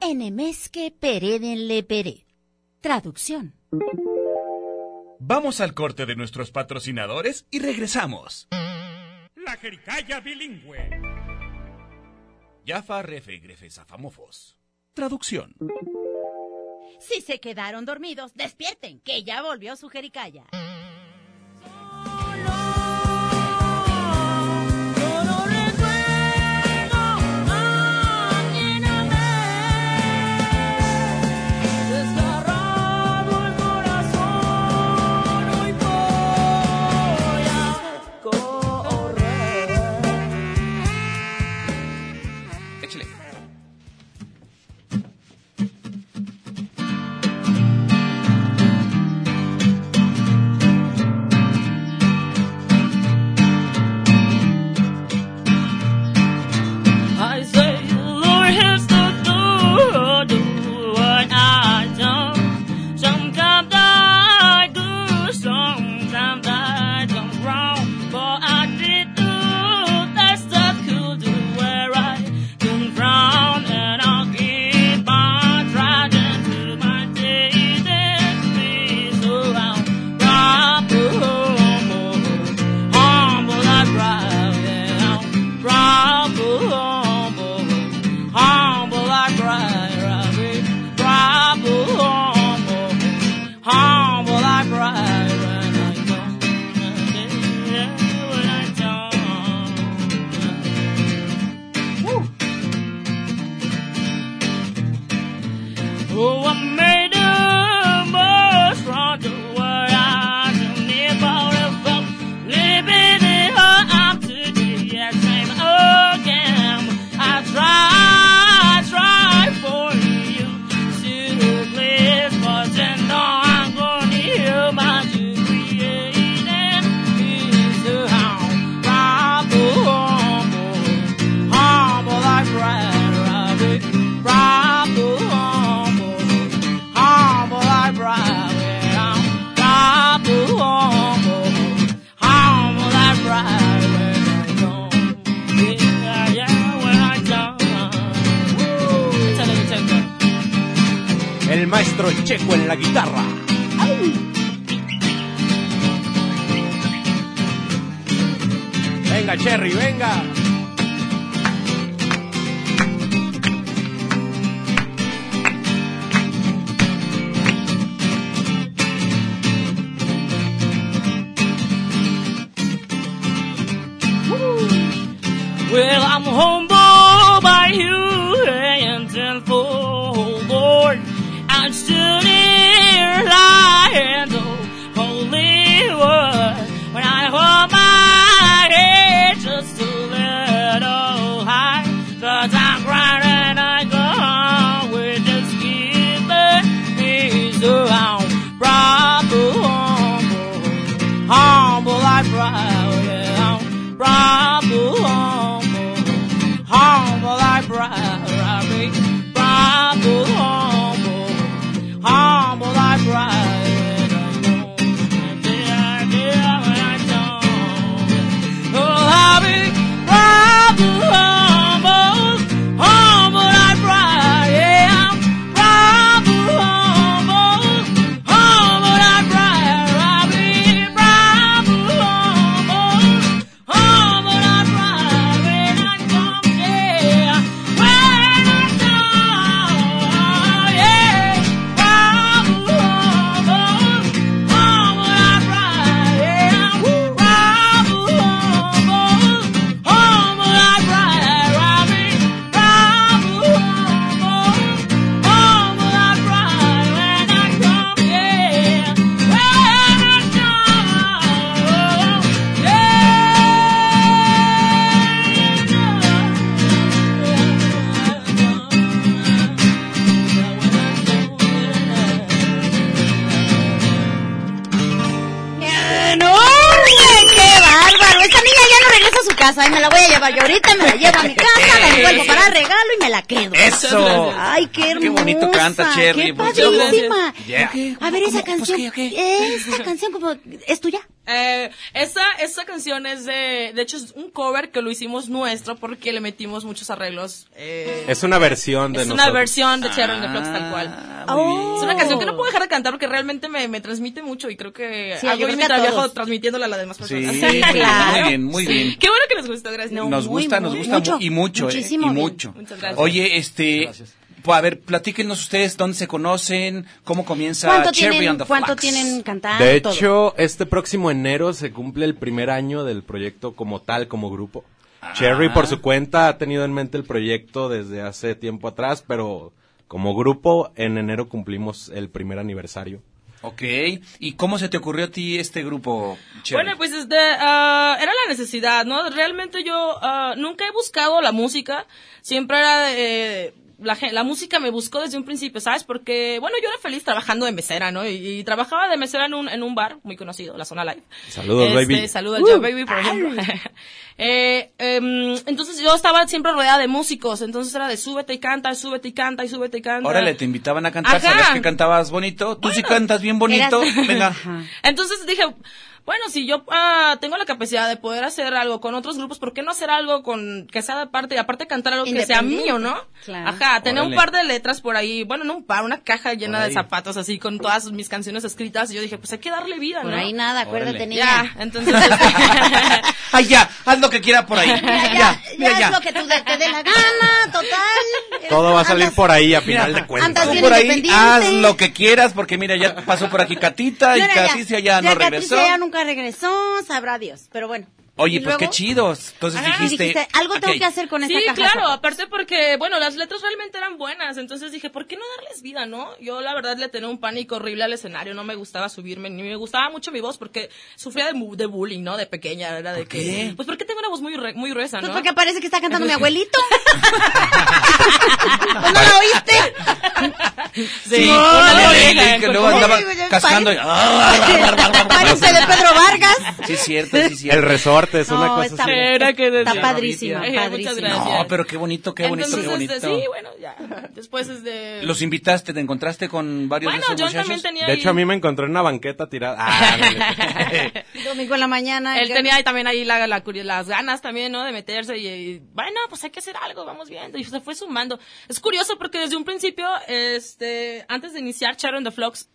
Speaker 3: Enemesque pereden le pere. Traducción.
Speaker 4: Vamos al corte de nuestros patrocinadores y regresamos. La jericaya bilingüe. Yafa refe grefes afamofos. Traducción.
Speaker 3: Si se quedaron dormidos, despierten, que ya volvió su jericaya.
Speaker 1: Yo no recuerdo a quien amé, desgarrado el corazón, hoy voy a correr.
Speaker 2: Échale.
Speaker 1: I say, Lord, here's the door. Do what I do. Sometimes I do, sometimes I don't wrong. But I did do that's that could do where I come from. And I'll keep on trying until my day is so I'll rob the humble, humble I cry. Yeah, I'll Rumble, humble, humble, I cry, Robbie. Rumble, humble, humble, I cry when I don't, when I don't. Oh, I made a mess from the world I don't need about it, but living it all up today, yeah, same again. I try, I try for you to please, but you know I'm gonna hear my to create and use the hound. Rumble, humble, humble like bread, rabbit. Rumble, humble, humble like rabbit. Rumble, humble, humble like rabbit. Yeah, yeah, when I jump. Woo! It's a little tender.
Speaker 7: El maestro checo en la guitarra. Venga, Cherry, venga.
Speaker 1: Well, I'm humbled by you and thankful, oh Lord. I'm stood here lying, oh, holy word. When I hold my head just a little high, cause I'm crying and I go on with this given is around. Proper humble, humble like proud, yeah, I'm proper humble. Humble like Robbie, Bible humble,
Speaker 3: casa. Ahí me la voy a llevar yo ahorita, me la llevo a mi casa, la envuelvo para regalo y me la quedo.
Speaker 2: Eso.
Speaker 3: Ay, qué
Speaker 2: Qué
Speaker 3: hermosa.
Speaker 2: bonito canta Cherry.
Speaker 3: Qué
Speaker 2: Muchas gracias.
Speaker 3: padrísima.
Speaker 2: Yeah.
Speaker 3: Eh, A ver, esa
Speaker 2: ¿Cómo? Pues,
Speaker 3: canción. eh,
Speaker 2: ¿qué, o qué?
Speaker 3: Esa canción como es tuya.
Speaker 5: Eh, esa, esa canción es de, de hecho es un cover que lo hicimos nuestro porque le metimos muchos arreglos. eh,
Speaker 7: Es una versión de
Speaker 5: es una
Speaker 7: nosotros.
Speaker 5: versión de Sharon the Flocks tal cual.
Speaker 2: Ah, muy bien.
Speaker 3: Oh.
Speaker 5: Es una canción que no puedo dejar de cantar porque realmente me, me transmite mucho y creo que
Speaker 3: Sí, yo
Speaker 5: hago
Speaker 3: creo
Speaker 5: bien
Speaker 3: que
Speaker 5: mi
Speaker 3: a
Speaker 5: trabajo
Speaker 3: todos.
Speaker 5: transmitiéndola a las demás
Speaker 2: Sí,
Speaker 5: personas.
Speaker 2: muy bien,
Speaker 3: claro.
Speaker 2: muy bien, muy bien.
Speaker 5: Qué bueno que les gustó, gracias.
Speaker 3: No,
Speaker 2: Nos
Speaker 3: Muy,
Speaker 2: gusta, nos
Speaker 3: muy,
Speaker 2: gusta
Speaker 3: mucho.
Speaker 2: mu- y mucho, eh, y
Speaker 3: Muchísimo.
Speaker 2: mucho.
Speaker 5: Muchas gracias.
Speaker 2: Oye, este, pues, a ver, platíquenos ustedes dónde se conocen, cómo comienza
Speaker 3: ¿Cuánto
Speaker 2: Cherry
Speaker 3: tienen,
Speaker 2: on the
Speaker 3: cuánto
Speaker 2: Flax.
Speaker 3: tienen cantando?
Speaker 7: De
Speaker 3: todo?
Speaker 7: hecho, este próximo enero se cumple el primer año del proyecto como tal, como grupo. Cherry, por su cuenta, ha tenido en mente el proyecto desde hace tiempo atrás, pero como grupo, en enero cumplimos el primer aniversario.
Speaker 2: Ok, ¿y cómo se te ocurrió a ti este grupo, Cherry?
Speaker 5: Bueno, pues este, ah, era la necesidad, ¿no? Realmente yo ah, nunca he buscado la música, siempre era de... eh, La, gen- la música me buscó desde un principio, ¿sabes? Porque, bueno, yo era feliz trabajando de mesera, ¿no? Y, y trabajaba de mesera en un, en un bar muy conocido, la Zona Live. Este,
Speaker 7: Saludos, baby.
Speaker 5: Saludos al Joe Baby, por ejemplo. Eh, em, entonces yo estaba siempre rodeada de músicos, entonces era de súbete y canta, súbete y canta, y súbete y canta.
Speaker 2: Órale, te invitaban a cantar,
Speaker 5: Ajá.
Speaker 2: sabías que cantabas bonito, tú sí cantas bien bonito,
Speaker 3: Eras-
Speaker 2: venga.
Speaker 3: Ajá.
Speaker 5: Entonces dije, bueno, si yo ah, tengo la capacidad de poder hacer algo con otros grupos, ¿por qué no hacer algo con que sea de parte, y aparte cantar algo que sea
Speaker 3: Independiente,
Speaker 5: mío, ¿no?
Speaker 3: claro.
Speaker 5: Ajá, tenía un
Speaker 2: Órale.
Speaker 5: par de letras por ahí, bueno, no un par, una caja llena
Speaker 2: Órale.
Speaker 5: de zapatos así con todas mis canciones escritas y yo dije, pues hay que darle vida,
Speaker 3: Por
Speaker 5: ¿no?
Speaker 3: ahí nada, acuérdate,
Speaker 2: Órale.
Speaker 5: ya,
Speaker 3: niña.
Speaker 5: entonces este,
Speaker 2: Ay, ya, haz lo que quiera por ahí.
Speaker 3: Ya,
Speaker 2: Ya,
Speaker 3: ya,
Speaker 2: mira,
Speaker 3: es
Speaker 2: ya.
Speaker 3: lo que tú te dé la gana, total.
Speaker 7: Todo va a salir
Speaker 3: Andas-
Speaker 7: por ahí a
Speaker 2: Mira,
Speaker 7: final de cuentas.
Speaker 3: andas
Speaker 2: tú
Speaker 3: bien
Speaker 2: por ahí
Speaker 3: independiente.
Speaker 2: haz lo que quieras, porque mira, ya pasó por aquí Catita y
Speaker 3: Mira, ya,
Speaker 2: Casicia ya
Speaker 3: ya
Speaker 2: no regresó.
Speaker 3: Patricia ya nunca regresó, sabrá Dios, pero bueno.
Speaker 2: Oye,
Speaker 3: ¿Y
Speaker 2: pues qué
Speaker 3: luego?
Speaker 2: chidos. Entonces
Speaker 3: Ajá,
Speaker 2: dijiste,
Speaker 3: dijiste, algo tengo
Speaker 2: ok.
Speaker 3: que hacer con esta
Speaker 5: sí,
Speaker 3: caja.
Speaker 5: claro, aparte porque, bueno, las letras realmente eran buenas, entonces dije, ¿por qué no darles vida, no? Yo la verdad le tenía un pánico horrible al escenario, no me gustaba subirme, ni me gustaba mucho mi voz porque sufría de, mu- de bullying, ¿no? De pequeña, era de que, pues porque tengo una voz muy, re- muy gruesa,
Speaker 3: Pues
Speaker 5: ¿no?
Speaker 3: porque parece que está cantando mi abuelito. ¿Pues ¿No la oíste?
Speaker 2: Sí, ponle
Speaker 5: No, no,
Speaker 2: ahí,
Speaker 5: no,
Speaker 2: que
Speaker 5: no,
Speaker 2: luego
Speaker 3: no,
Speaker 2: andaba
Speaker 3: no, no,
Speaker 2: cascando. y- "Ah,
Speaker 3: Parece de Pedro Vargas.
Speaker 2: Sí, es cierto, sí, es cierto.
Speaker 7: El resorte es una
Speaker 3: No,
Speaker 7: cosa
Speaker 3: está,
Speaker 7: así.
Speaker 5: Era que
Speaker 3: está
Speaker 5: desde-
Speaker 3: padrísima,
Speaker 5: Ay, muchas
Speaker 3: padrísima.
Speaker 5: gracias.
Speaker 2: No, pero qué bonito, qué bonito,
Speaker 5: entonces,
Speaker 2: qué bonito.
Speaker 5: este, sí, bueno, ya. Después es de...
Speaker 2: Los invitaste, te encontraste con varios
Speaker 5: bueno,
Speaker 2: de esos
Speaker 5: yo
Speaker 2: muchachos.
Speaker 5: también tenía
Speaker 7: De hecho, a
Speaker 5: ahí-
Speaker 7: mí me encontré en una banqueta tirada. Ah, ándale.
Speaker 3: Domingo en la mañana.
Speaker 5: Él
Speaker 3: yo-
Speaker 5: tenía ahí también ahí la, la curio- las ganas también, ¿no? De meterse y, y, bueno, pues hay que hacer algo, vamos viendo. Y se fue sumando. Es curioso porque desde un principio, este, antes de iniciar Sharon the Flocks,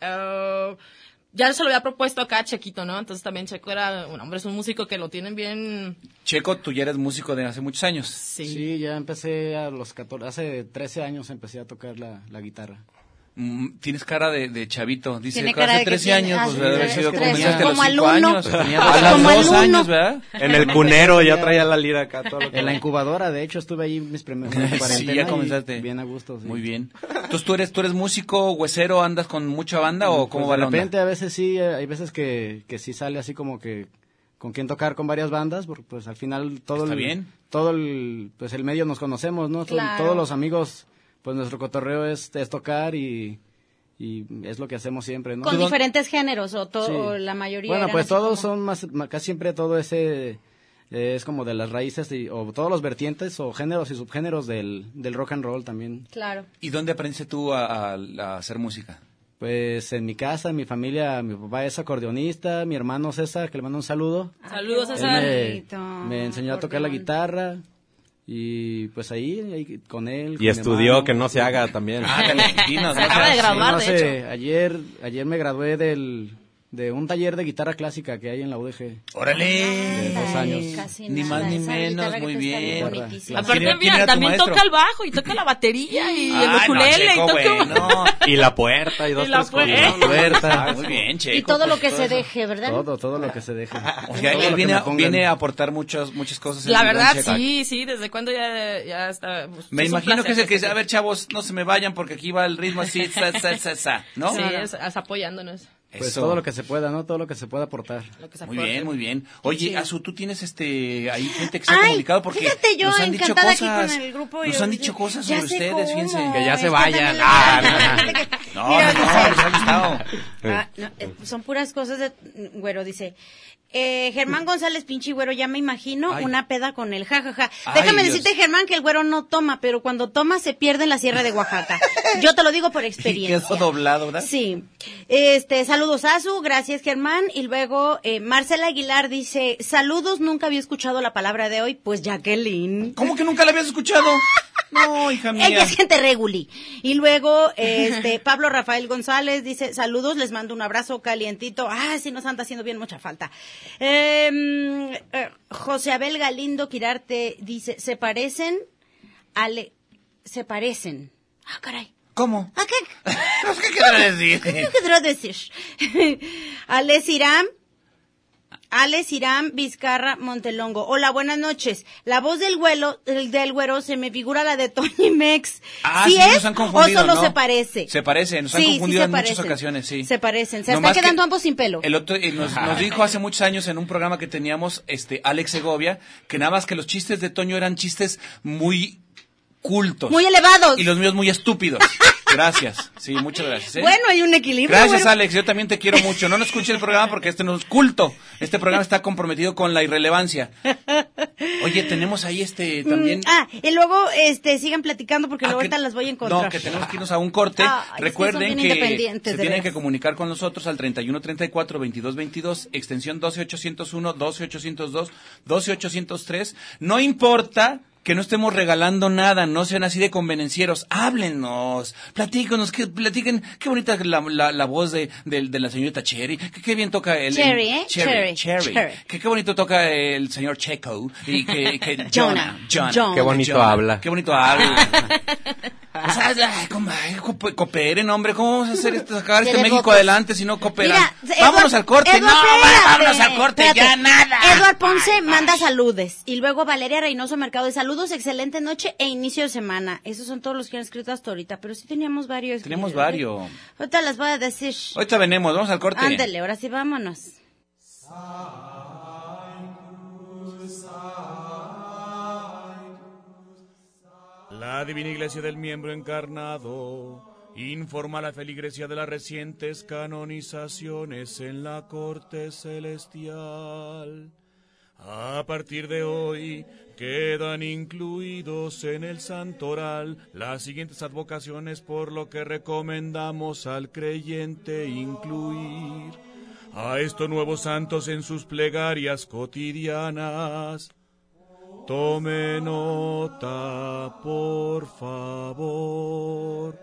Speaker 5: eh, ya se lo había propuesto acá a Chequito, ¿no? Entonces también Checo era un hombre, es un músico que lo tienen bien...
Speaker 2: Checo, tú ya eres músico de hace muchos años.
Speaker 5: Sí.
Speaker 6: Sí, ya empecé a los 14, hace 13 años empecé a tocar la, la guitarra.
Speaker 2: Mm, Tienes cara de, de chavito. Dice,
Speaker 3: Tiene
Speaker 2: que
Speaker 3: cara
Speaker 2: hace
Speaker 3: de que
Speaker 2: 13
Speaker 3: tiene-
Speaker 2: años,
Speaker 3: ah,
Speaker 2: pues
Speaker 3: sí,
Speaker 2: debe haber
Speaker 6: es
Speaker 2: sido
Speaker 6: que
Speaker 2: como
Speaker 6: tenía-
Speaker 2: empezaste a los
Speaker 3: como
Speaker 2: 5
Speaker 3: alumno.
Speaker 2: años. Tenía dos-
Speaker 3: Como
Speaker 2: a los 2
Speaker 3: alumno.
Speaker 2: años, ¿verdad?
Speaker 7: en el cunero ya traía la lira acá. Todo lo que-
Speaker 6: En la incubadora, de hecho, estuve ahí mis primeros
Speaker 2: Sí, ya comenzaste.
Speaker 6: Bien a gusto. sí.
Speaker 2: Muy bien. Entonces, ¿tú eres, tú eres músico, huesero, andas con mucha banda o cómo
Speaker 6: Pues,
Speaker 2: va
Speaker 6: de
Speaker 2: la onda?
Speaker 6: repente, a veces sí, eh, hay veces que, que sí sale así como que con quién tocar con varias bandas, porque pues al final todo
Speaker 2: Está
Speaker 6: el,
Speaker 2: bien.
Speaker 6: todo el, pues el medio nos conocemos, ¿no? To-
Speaker 3: Claro.
Speaker 6: Todos los amigos, pues nuestro cotorreo es, es tocar y, y es lo que hacemos siempre, ¿no?
Speaker 3: Con
Speaker 6: Sí.
Speaker 3: diferentes géneros o, to-
Speaker 6: Sí.
Speaker 3: o la mayoría.
Speaker 6: Bueno,
Speaker 3: eran
Speaker 6: pues
Speaker 3: así
Speaker 6: todos
Speaker 3: como-
Speaker 6: son más, ma- casi siempre todo ese eh, es como de las raíces y- o todos los vertientes o géneros y subgéneros del, del rock and roll también.
Speaker 3: Claro.
Speaker 2: ¿Y dónde aprendiste tú a, a- a hacer música?
Speaker 6: Pues en mi casa, mi familia, mi papá es acordeonista, mi hermano César, que le mando un saludo.
Speaker 5: Saludos,
Speaker 3: Ay,
Speaker 6: Él
Speaker 5: César.
Speaker 6: me,
Speaker 3: Ah, bonito,
Speaker 6: me enseñó a tocar la
Speaker 3: acordeón.
Speaker 6: guitarra y pues ahí, ahí con él. con mi
Speaker 7: Y estudió
Speaker 6: hermano.
Speaker 7: que no se haga también.
Speaker 2: Ándale, dinos,
Speaker 5: Se
Speaker 2: no
Speaker 5: acaba de
Speaker 2: seas-
Speaker 5: graduar.
Speaker 6: no
Speaker 5: de
Speaker 6: sé, ayer, ayer me gradué del, de un taller de guitarra clásica que hay en la UDG.
Speaker 2: ¡Órale!
Speaker 6: dos años.
Speaker 3: Casi
Speaker 2: Ni
Speaker 3: nada,
Speaker 2: más ni
Speaker 3: esa
Speaker 2: menos,
Speaker 3: guitarra
Speaker 2: muy
Speaker 3: que está
Speaker 2: bien.
Speaker 3: bonitísima.
Speaker 2: ¿Quién
Speaker 5: Aparte,
Speaker 2: era- quién
Speaker 5: mira,
Speaker 2: era tu
Speaker 5: también
Speaker 2: maestro?
Speaker 5: toca el bajo y toca la batería y el
Speaker 2: Ay, no,
Speaker 5: ukulele
Speaker 2: Checo,
Speaker 5: y toca...
Speaker 2: güey, no.
Speaker 7: Y la puerta y dos,
Speaker 5: Y la
Speaker 7: tres cosas.
Speaker 5: puerta.
Speaker 7: ¿no?
Speaker 2: Puerta. Ah, Muy bien, Checo.
Speaker 3: Y todo lo
Speaker 2: pues,
Speaker 3: que se deje, ¿verdad?
Speaker 6: Todo, todo lo que se deje.
Speaker 2: O sea,
Speaker 6: Todo lo
Speaker 2: él
Speaker 6: que
Speaker 2: viene,
Speaker 6: me
Speaker 2: a-
Speaker 6: pongan.
Speaker 2: viene a aportar muchas, muchas cosas. en
Speaker 5: La
Speaker 2: su gran
Speaker 5: verdad,
Speaker 2: Checo.
Speaker 5: sí, sí, desde cuando ya, ya está... pues,
Speaker 2: Me
Speaker 5: es un
Speaker 2: imagino que es el
Speaker 5: placer
Speaker 2: que dice,
Speaker 5: esté
Speaker 2: a ver, chavos, no se me vayan porque aquí va el ritmo así, sa, sa, sa, sa", ¿no?
Speaker 5: Sí, es- es apoyándonos.
Speaker 6: Pues
Speaker 2: Eso.
Speaker 6: todo lo que se pueda, ¿no? Todo lo que se pueda aportar.
Speaker 5: Lo que se
Speaker 2: Muy
Speaker 5: aporte.
Speaker 2: bien, muy bien. Oye, Azu, tú tienes este ahí gente que se ha
Speaker 3: Ay,
Speaker 2: comunicado porque
Speaker 3: fíjate, yo
Speaker 2: nos han dicho
Speaker 3: encantada
Speaker 2: cosas.
Speaker 3: aquí con el grupo.
Speaker 2: nos
Speaker 3: yo-
Speaker 2: han dicho cosas
Speaker 3: ya
Speaker 2: sobre
Speaker 3: sé
Speaker 2: ustedes,
Speaker 3: cómo,
Speaker 2: fíjense.
Speaker 7: Que ya se
Speaker 3: es
Speaker 7: vayan.
Speaker 3: también-
Speaker 2: Ah, No, no, pues,
Speaker 3: Mira,
Speaker 2: no,
Speaker 3: dice-
Speaker 2: les ha gustado.
Speaker 3: Ah, no, eh, son puras cosas de mm, güero, dice. eh, Germán González, pinche güero, ya me imagino
Speaker 2: Ay.
Speaker 3: una peda con el jajaja.
Speaker 2: Ay,
Speaker 3: Déjame
Speaker 2: Dios.
Speaker 3: decirte, Germán, que el güero no toma, pero cuando toma se pierde en la Sierra de Oaxaca. Yo te lo digo por
Speaker 2: Y
Speaker 3: experiencia.
Speaker 2: quedó doblado, ¿verdad?
Speaker 3: Sí. Este, saludos a su, gracias Germán. Y luego eh, Marcela Aguilar dice, saludos, nunca había escuchado la palabra de hoy, pues Jacqueline.
Speaker 2: ¿Cómo que nunca la habías escuchado? No, hija mía.
Speaker 3: Ella es gente reguli. Y luego, este, Pablo Rafael González dice, saludos, les mando un abrazo calientito. Ah, sí, nos anda haciendo bien mucha falta. Eh, mm, eh, José Abel Galindo Quirarte dice, se parecen, Ale, se parecen. Ah, caray.
Speaker 2: ¿Cómo?
Speaker 3: ¿A qué?
Speaker 2: Pues, ¿Qué querrá
Speaker 3: ¿Qué
Speaker 2: decir?
Speaker 3: querrá decir? Alex Irán. Alex Irán Vizcarra Montelongo. Hola, buenas noches. La voz del güero, el del güero se me figura la de Tony Mex.
Speaker 2: Ah,
Speaker 3: ¿Sí,
Speaker 2: sí,
Speaker 3: es?
Speaker 2: nos han confundido,
Speaker 3: ¿O solo
Speaker 2: ¿no?
Speaker 3: se parece?
Speaker 2: Se parecen, nos han
Speaker 3: Sí, sí
Speaker 2: confundido
Speaker 3: se
Speaker 2: en muchas
Speaker 3: parecen.
Speaker 2: ocasiones, sí.
Speaker 3: Se parecen, se
Speaker 2: Nomás
Speaker 3: están quedando
Speaker 2: que
Speaker 3: ambos sin pelo.
Speaker 2: El otro eh, nos, nos dijo hace muchos años en un programa que teníamos este Alex Segovia que nada más que los chistes de Toño eran chistes muy cultos
Speaker 3: Muy elevados.
Speaker 2: y los míos muy estúpidos. Gracias. Sí, muchas gracias. ¿eh?
Speaker 3: Bueno, hay un equilibrio.
Speaker 2: Gracias,
Speaker 3: güero.
Speaker 2: Alex. Yo también te quiero mucho. No lo escuché el programa porque este no es culto. Este programa está comprometido con la irrelevancia. Oye, tenemos ahí este también.
Speaker 3: Mm, Ah, y luego, este, sigan platicando porque
Speaker 2: Ah,
Speaker 3: luego
Speaker 2: que-
Speaker 3: ahorita las voy a encontrar. Ah,
Speaker 2: No, que tenemos que irnos a un corte.
Speaker 3: Ay, es que son
Speaker 2: Recuerden
Speaker 3: bien
Speaker 2: que,
Speaker 3: independientes,
Speaker 2: se
Speaker 3: de
Speaker 2: tienen
Speaker 3: veras.
Speaker 2: que comunicar con nosotros al 3134-2222, extensión 12801, 12802, 12803. No importa que no estemos regalando nada, no sean así de convenencieros, háblenos, platíquenos, que platiquen, qué bonita la, la, la voz de, de, de la señorita Cherry, que qué bien toca el...
Speaker 3: Cherry, ¿eh?
Speaker 2: Cherry,
Speaker 3: Cherry,
Speaker 2: Cherry.
Speaker 3: Cherry.
Speaker 2: Que qué bonito toca el señor Checo y que... que Jonah,
Speaker 3: Jonah,
Speaker 2: Jonah.
Speaker 3: Jonah.
Speaker 7: Qué bonito
Speaker 2: Jonah.
Speaker 7: habla.
Speaker 2: Qué bonito habla. O sea, ay, com- ay, co- cooperen, hombre. ¿Cómo vamos a hacer esto, sacar este
Speaker 3: Tiene
Speaker 2: México
Speaker 3: votos.
Speaker 2: adelante si no cooperan?
Speaker 3: Mira, Eduard-
Speaker 2: vámonos al corte.
Speaker 3: Eduard,
Speaker 2: no,
Speaker 3: espérate.
Speaker 2: vámonos al corte, ya
Speaker 3: Espérate.
Speaker 2: nada.
Speaker 3: Eduard Ponce manda saludes. Y luego Valeria Reynoso Mercado de saludos, excelente noche e inicio de semana. Esos son todos los que han escrito hasta ahorita, pero sí teníamos varios.
Speaker 2: Tenemos
Speaker 3: ¿verdad?
Speaker 2: varios.
Speaker 3: Ahorita las voy a decir.
Speaker 2: Ahorita venimos, vamos al corte.
Speaker 3: Ándale, ahora sí vámonos.
Speaker 4: La Divina Iglesia del Miembro Encarnado informa a la feligresía de las recientes canonizaciones en la corte celestial. A partir de hoy quedan incluidos en el santoral las siguientes advocaciones por lo que recomendamos al creyente incluir a estos nuevos santos en sus plegarias cotidianas. Tome nota, por favor.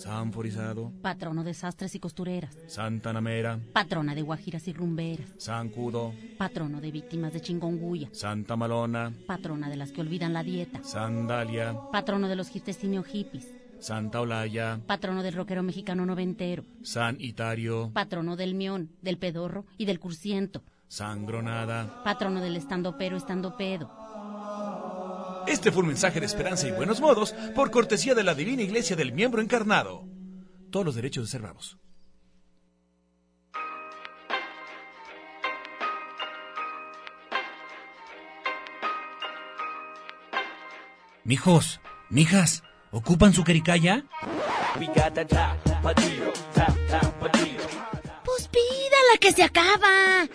Speaker 4: San Forizado,
Speaker 8: Patrono de sastres y costureras,
Speaker 4: Santa Namera,
Speaker 8: patrona de guajiras y rumberas,
Speaker 4: San Cudo,
Speaker 8: patrono de víctimas de chingonguya,
Speaker 4: Santa Malona,
Speaker 8: patrona de las que olvidan la dieta,
Speaker 4: Sandalia,
Speaker 8: patrono de los hipstestinio hippies,
Speaker 4: Santa Olaya,
Speaker 8: patrono del rockero mexicano noventero,
Speaker 4: San Itario,
Speaker 8: patrono del mión, del pedorro y del cursiento,
Speaker 4: San Gronada.
Speaker 8: patrono del estando pero estando pedo.
Speaker 4: Este fue un mensaje de esperanza y buenos modos por cortesía de la Divina Iglesia del Miembro Encarnado. Todos los derechos reservados.
Speaker 2: Mijos, mijas, ¿ocupan su quericaya?
Speaker 8: Pues pídala que se acaba.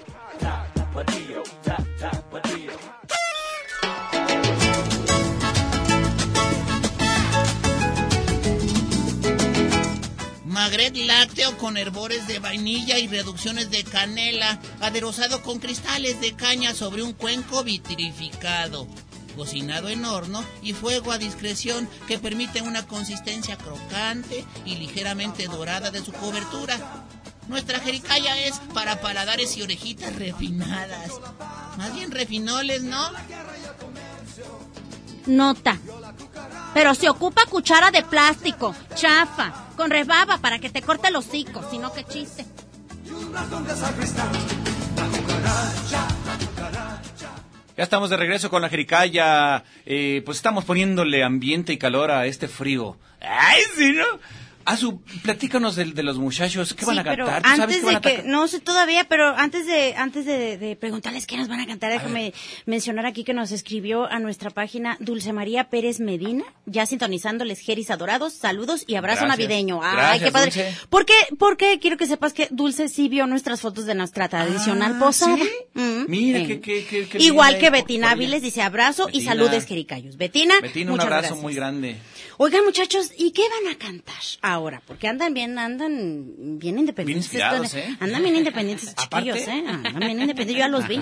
Speaker 9: Magret lácteo con herbores de vainilla y reducciones de canela, aderezado con cristales de caña sobre un cuenco vitrificado. Cocinado en horno y fuego a discreción que permite una consistencia crocante y ligeramente dorada de su cobertura. Nuestra jericaya es para paladares y orejitas refinadas. Más bien refinoles, ¿no?
Speaker 3: Nota. Pero se ocupa cuchara de plástico, chafa, con rebaba para que te corte el hocico, sino que chiste.
Speaker 2: Ya estamos de regreso con la jericaya. Eh, pues estamos poniéndole ambiente y calor a este frío. ¡Ay, sí, no! Azu, platícanos de, de los muchachos. ¿Qué van a
Speaker 3: Sí, pero
Speaker 2: cantar? ¿Tú sabes
Speaker 3: antes
Speaker 2: qué van
Speaker 3: de
Speaker 2: a
Speaker 3: que,
Speaker 2: atacar?
Speaker 3: no sé todavía, pero antes de antes de, de preguntarles qué nos van a cantar, déjame mencionar aquí que nos escribió a nuestra página Dulce María Pérez Medina, ya sintonizándoles Geris adorados, saludos y abrazo
Speaker 8: Gracias.
Speaker 3: navideño. Ay,
Speaker 8: Gracias,
Speaker 3: qué padre.
Speaker 8: Dulce.
Speaker 3: ¿Por qué? Porque quiero que sepas que Dulce sí vio nuestras fotos de nuestra tradicional
Speaker 2: Ah,
Speaker 3: posada.
Speaker 2: ¿sí?
Speaker 3: Mm,
Speaker 2: Mira,
Speaker 3: eh.
Speaker 2: qué- qué- qué- qué
Speaker 3: Igual
Speaker 2: linda
Speaker 3: que
Speaker 2: ahí por-
Speaker 3: Betina
Speaker 2: por
Speaker 3: Áviles
Speaker 2: allá.
Speaker 3: dice abrazo y
Speaker 2: Betina.
Speaker 3: saludes, Jericayos. Betina,
Speaker 2: Betina,
Speaker 3: ah,
Speaker 2: un
Speaker 3: muchas
Speaker 2: abrazo
Speaker 3: gracias.
Speaker 2: muy grande.
Speaker 3: Oigan, muchachos, ¿y qué van a cantar ahora? Porque andan bien, andan bien independientes.
Speaker 2: Bien inspirados,
Speaker 3: estos-
Speaker 2: ¿eh?
Speaker 3: Andan bien independientes,
Speaker 2: Aparte-
Speaker 3: chiquillos, ¿eh? Andan bien independientes, yo ya los vi.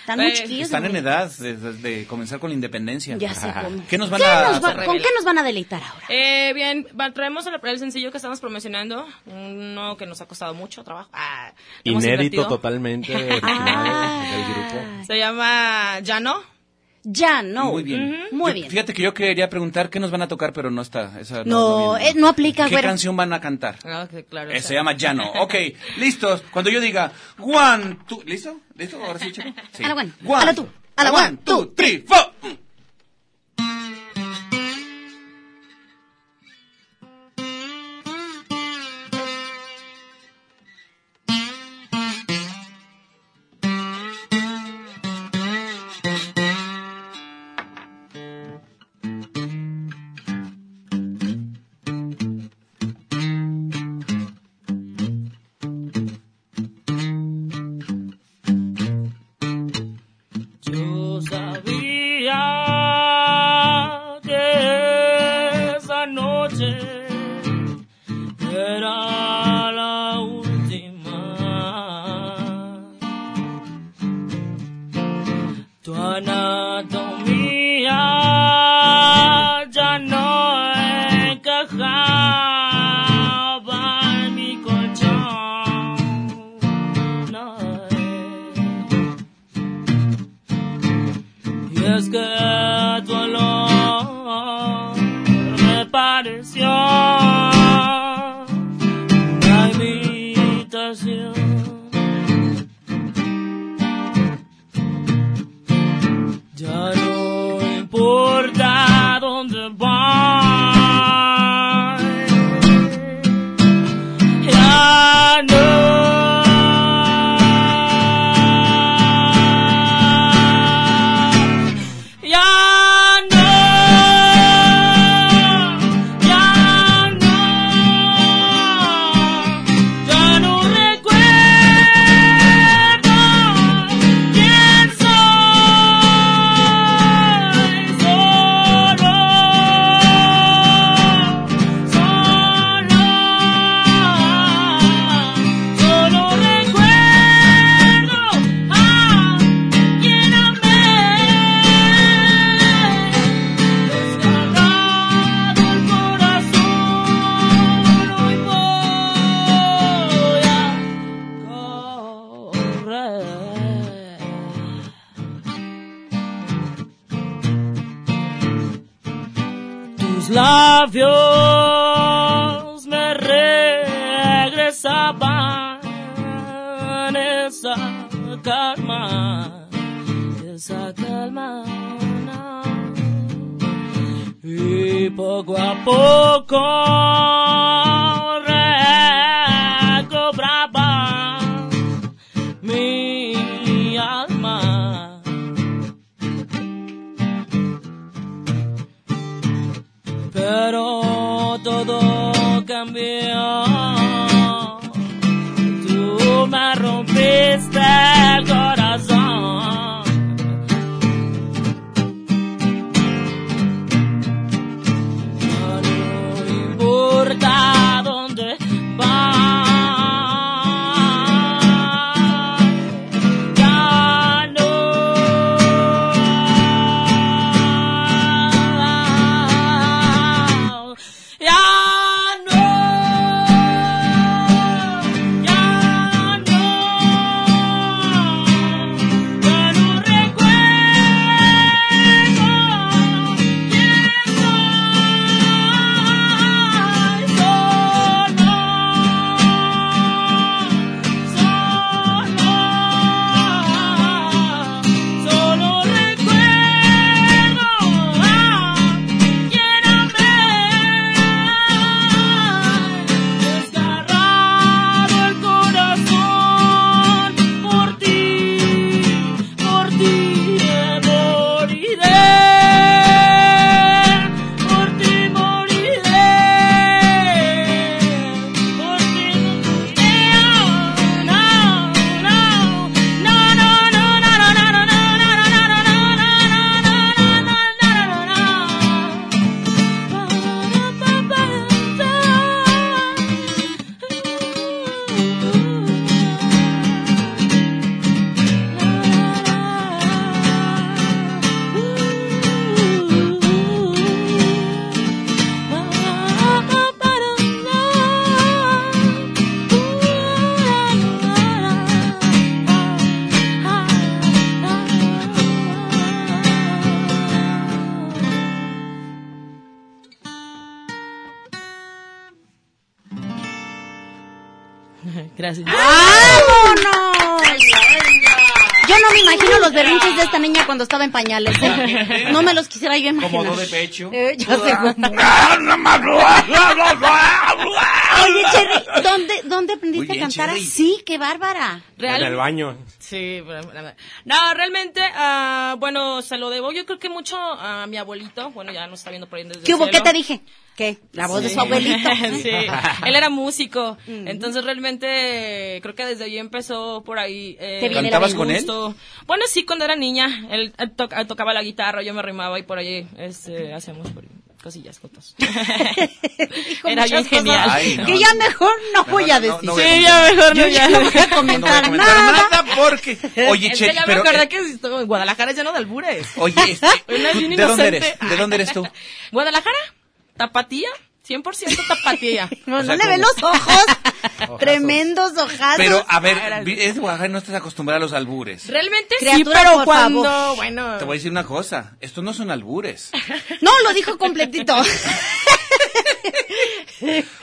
Speaker 3: Están muy
Speaker 5: Eh,
Speaker 3: chiquillos.
Speaker 2: Están en
Speaker 3: hombre.
Speaker 2: edad de, de- de comenzar con la independencia.
Speaker 3: Ya sé cómo.
Speaker 2: ¿Qué nos van a
Speaker 3: nos va- ¿Con qué nos van a deleitar ahora?
Speaker 5: Eh, bien, va- traemos el, el sencillo que estamos promocionando, uno que nos ha costado mucho trabajo. Ah, lo hemos
Speaker 7: Inédito
Speaker 5: invertido.
Speaker 7: totalmente
Speaker 6: Eh,
Speaker 3: Ah.
Speaker 7: original del grupo.
Speaker 5: Se llama Ya no.
Speaker 3: Ya no.
Speaker 2: Muy bien.
Speaker 3: Ujú. Muy
Speaker 2: Yo-
Speaker 3: bien.
Speaker 2: Fíjate que yo quería preguntar qué nos van a tocar, pero no está. Esa
Speaker 3: No,
Speaker 2: viene.
Speaker 3: eh, no aplica,
Speaker 2: ¿Qué
Speaker 3: güero.
Speaker 2: canción van a cantar?
Speaker 5: Ah, que claro.
Speaker 2: Eh, se llama Llano. Ok, listos. Cuando yo diga one, two, ¿listo? ¿Listo? Ahora sí, chico. Sí.
Speaker 3: A la one,
Speaker 2: One,
Speaker 3: a la two, a la one, two,
Speaker 2: three, four.
Speaker 1: Yo sabía que esa noche era la última. Tu anatomía ya no encajaba en mi colchón. No. Y es que tu olor me pareció una invitación. Ya no importa dónde vas, ya no. Ya no, ya no, ya no recuerdo quién soy, solo, solo, solo recuerdo a quien amé. Desgarrado el corazón, hoy voy a correr. Tus labios me regresaban esa calma, esa calma. no. Y poco a poco recobraba mi alma. Pero todo cambió. Tú me rompiste el corazón. importa dónde ah,
Speaker 5: Gracias.
Speaker 3: ¡Vámonos! Yo no me imagino los berrinches de esta niña cuando estaba en pañales. ¿eh? No me los quisiera yo imaginar.
Speaker 2: Como dos de pecho.
Speaker 3: Eh, ya sé. Oye, Cherry, ¿dónde, dónde aprendiste
Speaker 7: bien,
Speaker 3: a cantar
Speaker 7: Cherry.
Speaker 3: así? ¡Qué bárbara!
Speaker 7: En el baño.
Speaker 5: Sí, pero- la verdad. no, realmente, ah, bueno, se lo debo yo creo que mucho a mi abuelito, bueno, ya nos está viendo por ahí desde
Speaker 3: ¿Qué
Speaker 5: el
Speaker 3: hubo? ¿Qué
Speaker 5: cielo.
Speaker 3: te dije? ¿Qué? La voz de
Speaker 5: Sí.
Speaker 3: su abuelito.
Speaker 5: sí, él era músico, entonces realmente creo que desde ahí empezó por ahí. eh,
Speaker 3: ¿Te viene ¿Cantabas la
Speaker 2: con él?
Speaker 5: gusto. Bueno, sí, cuando era niña, él, él toc- él tocaba la guitarra, yo me arrimaba y por ahí este, hacíamos por- cosillas juntos.
Speaker 3: Dijo
Speaker 5: Era
Speaker 3: muchas
Speaker 5: bien
Speaker 3: cosas
Speaker 5: genial.
Speaker 3: Que ya mejor no voy a decir.
Speaker 2: voy a
Speaker 5: Sí, ya mejor no,
Speaker 3: Yo ya
Speaker 5: ya.
Speaker 3: no voy a
Speaker 2: No voy a
Speaker 3: comentar
Speaker 2: comentar
Speaker 3: nada.
Speaker 2: nada porque. Oye,
Speaker 5: Es que
Speaker 2: Cherry,
Speaker 5: ya me
Speaker 2: pero.
Speaker 5: acordé
Speaker 2: eh,
Speaker 5: que esto- Guadalajara es lleno de albures.
Speaker 2: Oye, este,
Speaker 5: Una
Speaker 2: ¿de dónde
Speaker 5: bien inocente.
Speaker 2: eres? ¿De dónde eres tú?
Speaker 5: Guadalajara, tapatía, 100% tapatía.
Speaker 3: No,
Speaker 2: O
Speaker 3: no
Speaker 2: sea,
Speaker 3: le ven
Speaker 2: como-
Speaker 3: los ojos. Tremendos ojazos.
Speaker 2: Pero, a
Speaker 3: Ah,
Speaker 2: ver, vi- es Oaxaca y no estás acostumbrada a los albures.
Speaker 5: Realmente
Speaker 3: Criatura,
Speaker 5: sí, pero
Speaker 3: por
Speaker 5: cuando,
Speaker 3: favor.
Speaker 5: bueno,
Speaker 2: Te voy a decir una cosa, estos no son albures.
Speaker 3: No, lo dijo completito.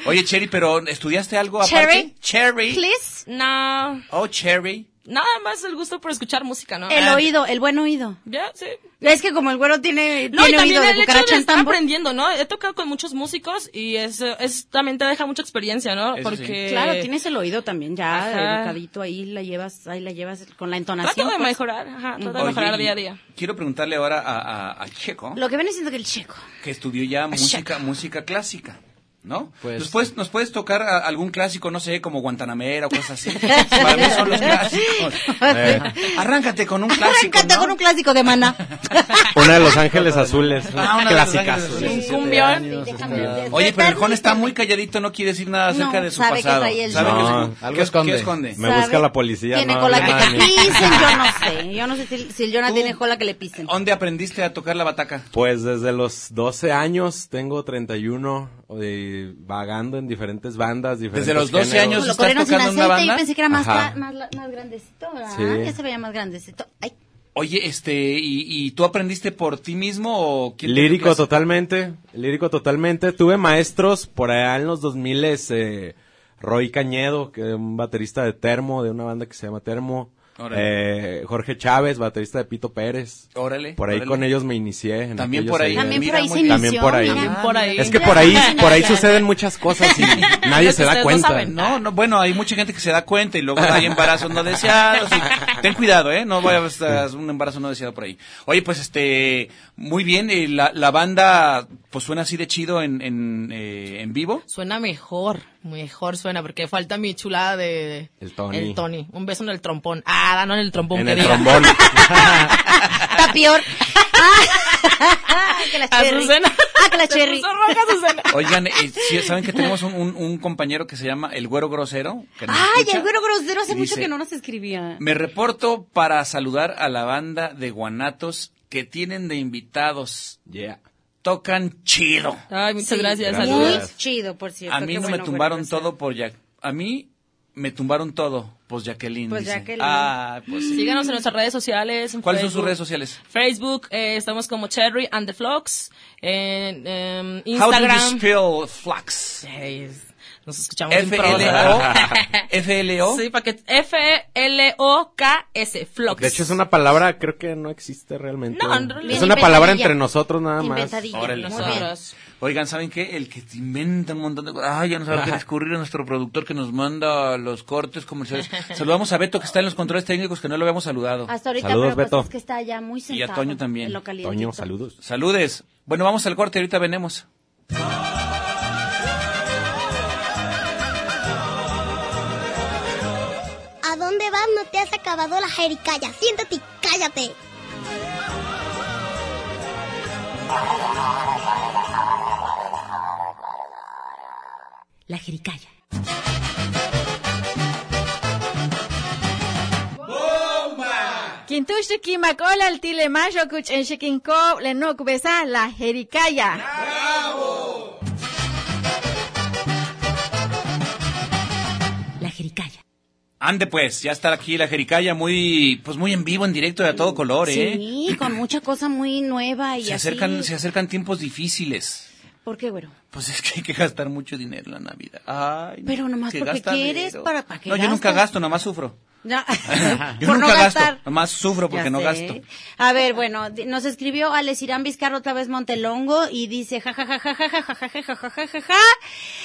Speaker 2: Oye, Cherry, pero ¿estudiaste algo aparte?
Speaker 3: Cherry.
Speaker 2: Cherry.
Speaker 3: Please.
Speaker 5: no,
Speaker 2: Oh, Cherry.
Speaker 5: nada más el gusto por escuchar música, ¿no? Ah,
Speaker 3: El oído, el buen oído.
Speaker 5: Ya, sí.
Speaker 3: Es que como el güero tiene,
Speaker 5: No, y
Speaker 3: tiene
Speaker 5: también
Speaker 3: oído de
Speaker 5: el hecho
Speaker 3: cucaracha
Speaker 5: de
Speaker 3: en
Speaker 5: estar
Speaker 3: tambor.
Speaker 5: aprendiendo, ¿no? He tocado con muchos músicos y es, es también te deja mucha experiencia, ¿no?
Speaker 2: Eso sí.
Speaker 5: Porque
Speaker 3: Claro, tienes el oído también ya
Speaker 5: Ajá.
Speaker 3: educadito ahí la llevas, ahí la llevas con la entonación.
Speaker 5: trato de
Speaker 3: pues.
Speaker 5: mejorar, ajá, trato de
Speaker 2: Oye,
Speaker 5: mejorar
Speaker 2: y
Speaker 5: día a día.
Speaker 2: Quiero preguntarle ahora a, a- a Checo,
Speaker 3: Lo que viene siendo que el checo.
Speaker 2: que estudió ya música, música clásica. ¿No?
Speaker 6: Pues-
Speaker 2: ¿Nos, puedes, ¿Nos puedes tocar a- algún clásico, no sé, como Guantanamera o cosas así? Para mí son los clásicos.
Speaker 7: Eh,
Speaker 2: Arráncate con un clásico.
Speaker 3: Arráncate
Speaker 2: ¿no?
Speaker 3: con un clásico de mana.
Speaker 7: una de Los Ángeles Azules.
Speaker 2: Ah, una de Los
Speaker 7: Clasicazo.
Speaker 2: Ángeles Azules.
Speaker 5: Cumbión.
Speaker 2: Oye, pero el Jón está muy calladito, no quiere decir nada acerca
Speaker 3: No,
Speaker 2: de su
Speaker 3: sabe que
Speaker 2: pasado.
Speaker 3: trae el-
Speaker 2: ¿Sabe
Speaker 7: No,
Speaker 2: que-
Speaker 6: algo
Speaker 2: que-
Speaker 6: esconde.
Speaker 2: que esconde?
Speaker 7: Me busca la policía,
Speaker 3: Tiene
Speaker 7: no,
Speaker 3: cola
Speaker 7: no,
Speaker 3: que
Speaker 7: no,
Speaker 3: le
Speaker 7: ni-
Speaker 3: pisen, yo no sé. Yo no sé si, si el Jonah
Speaker 2: Tú.
Speaker 3: tiene cola que le pisen.
Speaker 2: ¿Dónde aprendiste a tocar la bataca?
Speaker 7: Pues desde los 12 años, tengo 31, eh, vagando en diferentes bandas, diferentes
Speaker 2: Desde los 12
Speaker 7: géneros.
Speaker 2: años
Speaker 3: Lo
Speaker 2: estás
Speaker 3: corrieron sin
Speaker 2: tocando en una
Speaker 3: aceite,
Speaker 2: banda.
Speaker 3: yo pensé que era más,
Speaker 7: Ajá.
Speaker 3: ca- más, la- más grandecito, ¿verdad?
Speaker 7: Sí.
Speaker 3: Ya se veía más grandecito. Ay,
Speaker 2: Oye, este, ¿y, y tú aprendiste por ti mismo o quién te dio
Speaker 7: Lírico
Speaker 2: clase?
Speaker 7: totalmente, lírico totalmente. Tuve maestros por allá en los 2000, eh, Roy Cañedo, que es un baterista de Termo, de una banda que se llama Termo.
Speaker 2: Órale.
Speaker 7: Eh, Jorge Chávez, baterista de Pito Pérez.
Speaker 2: Órale.
Speaker 7: Por ahí
Speaker 2: órale.
Speaker 7: con ellos me inicié. en
Speaker 2: También
Speaker 7: aquellos
Speaker 2: por ahí.
Speaker 7: ayeres.
Speaker 3: también
Speaker 2: mira,
Speaker 3: por ahí
Speaker 2: muy
Speaker 3: se inició.
Speaker 2: bien.
Speaker 7: También por ahí.
Speaker 3: mira.
Speaker 5: También por ahí.
Speaker 7: Es que por ahí,
Speaker 3: Mira.
Speaker 7: por ahí suceden muchas cosas y nadie
Speaker 5: Lo
Speaker 7: se
Speaker 5: que
Speaker 7: da
Speaker 5: ustedes no
Speaker 7: cuenta.
Speaker 5: saben,
Speaker 2: Ah, No, no, bueno, hay mucha gente que se da cuenta y luego hay embarazos no deseados. y- ten cuidado, ¿eh? No vayas a un embarazo no deseado por ahí. Oye, pues este, muy bien, eh, la, la banda, pues suena así de chido en, en, eh, en vivo.
Speaker 5: Suena mejor, mejor suena, porque falta mi chulada de...
Speaker 7: El Tony.
Speaker 5: El Tony. Un beso en el trompón. Ah, no en el trompón.
Speaker 7: En
Speaker 5: que
Speaker 7: el
Speaker 5: diga.
Speaker 7: trombón.
Speaker 3: Está peor. Ah, que la
Speaker 5: A
Speaker 3: cherry.
Speaker 5: Azucena.
Speaker 3: Ah, que la
Speaker 5: Se
Speaker 3: cherry.
Speaker 5: puso roja, Azucena.
Speaker 2: Oigan, eh, sí, ¿saben que tenemos un, un- un compañero que se llama El Güero Grosero? Que nos
Speaker 3: Ay,
Speaker 2: escucha?
Speaker 3: el güero grosero hace
Speaker 2: Y
Speaker 3: mucho
Speaker 2: dice,
Speaker 3: que no nos escribía.
Speaker 2: Me reporto para saludar a la banda de guanatos que tienen de invitados.
Speaker 7: Yeah.
Speaker 2: Tocan chido.
Speaker 5: Ay, muchas
Speaker 3: Sí.
Speaker 5: gracias.
Speaker 7: Gracias.
Speaker 5: Saludos.
Speaker 3: Muy chido, por cierto.
Speaker 2: a mí
Speaker 3: qué
Speaker 2: no
Speaker 3: bueno,
Speaker 2: me
Speaker 3: güero
Speaker 2: tumbaron
Speaker 3: grosero.
Speaker 2: todo por Jack. A mí me tumbaron todo. Pues Jacqueline.
Speaker 3: Pues
Speaker 2: dice.
Speaker 3: Jacqueline.
Speaker 2: Ah, pues sí.
Speaker 5: Síganos en nuestras redes sociales. en
Speaker 2: ¿Cuáles son sus
Speaker 5: Facebook.
Speaker 2: redes sociales?
Speaker 5: Facebook, eh, estamos como Cherry and the Flocks. En em,
Speaker 2: How do you
Speaker 5: Instagram.
Speaker 2: spell flax?
Speaker 5: Ey, Nos escuchamos en
Speaker 2: F-L-O.
Speaker 5: prosa.
Speaker 2: F-L-O.
Speaker 5: Sí, para que F-L-O-K-S, Flocks.
Speaker 7: De hecho, es una palabra, creo que no existe realmente.
Speaker 5: No, en realidad
Speaker 7: es una palabra
Speaker 3: inventadilla.
Speaker 7: entre nosotros nada más.
Speaker 3: Inventadilla.
Speaker 2: Órale.
Speaker 3: Muy bien.
Speaker 5: Nosotros.
Speaker 2: Oigan, ¿saben qué? El que se inventa un montón de cosas. Ay, ya no sabe qué descubrir a nuestro productor que nos manda los cortes comerciales. Saludamos a Beto que está en los controles técnicos que no lo habíamos saludado.
Speaker 3: Hasta ahorita,
Speaker 7: Saludos,
Speaker 3: pero pues
Speaker 7: Beto.
Speaker 3: es que está ya muy
Speaker 2: Y a
Speaker 3: sentado.
Speaker 2: Toño también.
Speaker 3: en lo calientito.
Speaker 7: Toño, saludos.
Speaker 2: Saludes. Bueno, vamos al corte, ahorita venemos.
Speaker 10: ¿A dónde vas? No te has acabado la jericaya. Siéntate y cállate.
Speaker 8: La jericaya.
Speaker 11: Kintush Kimakola, el Tile Mayo, Kuch en Shekinko, Lenok Besa, la Jericaya.
Speaker 8: La jericaya.
Speaker 2: Ande pues, ya está aquí la Jericaya muy, pues muy en vivo, en directo y a todo color, ¿eh?
Speaker 3: Sí, con mucha cosa muy nueva y
Speaker 2: Se
Speaker 3: así.
Speaker 2: acercan, se acercan tiempos difíciles.
Speaker 3: ¿Por qué, güero?
Speaker 2: Pues es que hay que gastar mucho dinero en la Navidad. Ay, no,
Speaker 3: Pero nomás
Speaker 2: qué
Speaker 3: porque
Speaker 2: gastadero.
Speaker 3: quieres, para, para que
Speaker 2: No, yo nunca
Speaker 3: gastas.
Speaker 2: gasto, nomás sufro.
Speaker 3: Ya.
Speaker 2: yo
Speaker 3: Por no
Speaker 2: nunca gasto,
Speaker 3: gastar.
Speaker 2: nomás sufro porque
Speaker 3: Ya
Speaker 2: no
Speaker 3: sé.
Speaker 2: gasto.
Speaker 3: A ver, bueno, di- nos escribió Alex Irán Vizcarra otra vez Montelongo y dice ja ja ja ja ja ja ja ja ja ja ja ja ja ja.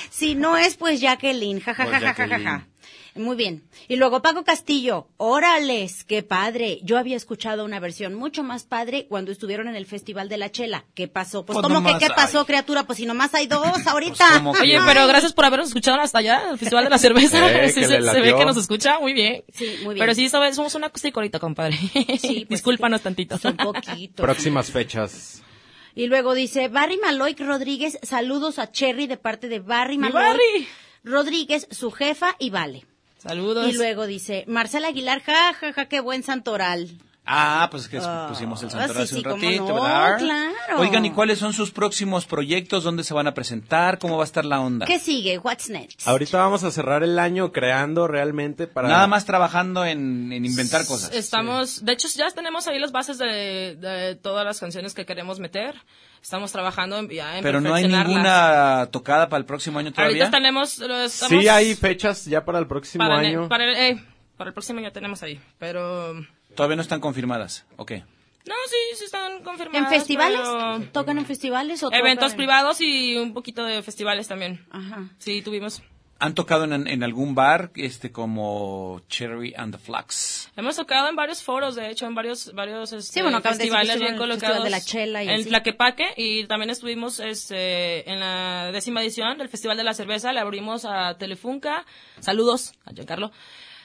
Speaker 3: Si no es pues Jacqueline, ja ja
Speaker 12: Pues
Speaker 3: ja ja ja ja ja.
Speaker 12: Jacqueline.
Speaker 3: Muy bien. Y luego Paco Castillo, órales, qué padre. Yo había escuchado una versión mucho más padre cuando estuvieron en el Festival de la Chela. ¿Qué pasó? Pues,
Speaker 5: Pues
Speaker 3: ¿cómo que
Speaker 5: nomás
Speaker 3: qué
Speaker 5: hay.
Speaker 3: pasó, criatura? Pues si nomás hay dos ahorita.
Speaker 5: Oye, pero gracias por habernos escuchado hasta allá, el Festival de la Cerveza.
Speaker 3: Eh,
Speaker 5: Sí,
Speaker 3: que
Speaker 5: se,
Speaker 3: le
Speaker 5: se ve
Speaker 3: latió.
Speaker 5: que nos escucha, muy bien.
Speaker 3: Sí, muy bien. pues
Speaker 5: Pero sí, sabes, somos una cosicorita, compadre. pues, Discúlpanos tantito.
Speaker 3: Un poquito.
Speaker 7: Próximas fechas.
Speaker 3: Y luego dice Barry Maloy Rodríguez, saludos a Cherry de parte de Barry
Speaker 5: ¡Mi
Speaker 3: Maloy Rodríguez, su jefa y Vale.
Speaker 5: Saludos.
Speaker 3: Y luego dice Marcela Aguilar, ja, ja, ja, qué buen santoral.
Speaker 2: Ah, pues que
Speaker 3: Ah,
Speaker 2: pusimos el santoral
Speaker 3: sí,
Speaker 2: hace un
Speaker 3: sí, cómo
Speaker 2: ratito,
Speaker 3: no,
Speaker 2: ¿verdad?
Speaker 3: claro.
Speaker 2: Oigan, ¿y cuáles son sus próximos proyectos? ¿Dónde se van a presentar? ¿Cómo va a estar la onda?
Speaker 3: ¿Qué sigue? What's next?
Speaker 7: Ahorita vamos a cerrar el año creando realmente para...
Speaker 2: Nada más trabajando en, en inventar cosas.
Speaker 5: Estamos, de hecho, ya tenemos ahí las bases de, de todas las canciones que queremos meter. Estamos trabajando en- ya en
Speaker 2: Pero no hay
Speaker 5: perfeccionarlas.
Speaker 2: ninguna tocada para el próximo año todavía.
Speaker 5: Ahorita tenemos, lo estamos-
Speaker 7: Sí hay fechas ya para el próximo
Speaker 5: para,
Speaker 7: año.
Speaker 5: ne- para el, eh, para el próximo ya tenemos ahí, pero no,
Speaker 2: Todavía no están confirmadas. Ok.
Speaker 5: sí, sí están
Speaker 3: ¿En
Speaker 5: confirmadas.
Speaker 3: festivales?
Speaker 5: pero-
Speaker 3: ¿Tocan en festivales? O
Speaker 5: Eventos
Speaker 3: tocan-
Speaker 5: privados y un poquito de festivales también. Sí, tuvimos.
Speaker 2: ¿Han tocado en, en algún bar este como Cherry and the Flax?
Speaker 5: Hemos tocado en varios foros, de hecho, en varios varios este,
Speaker 3: bueno, acaban de decir que
Speaker 5: festivales
Speaker 3: estuvieron en
Speaker 5: bien
Speaker 3: el
Speaker 5: colocados.
Speaker 3: Festival de la Chela y
Speaker 5: en
Speaker 3: así.
Speaker 5: Tlaquepaque y también estuvimos este, en la décima edición del Festival de la Cerveza, le abrimos a Telefunca. Saludos a Giancarlo.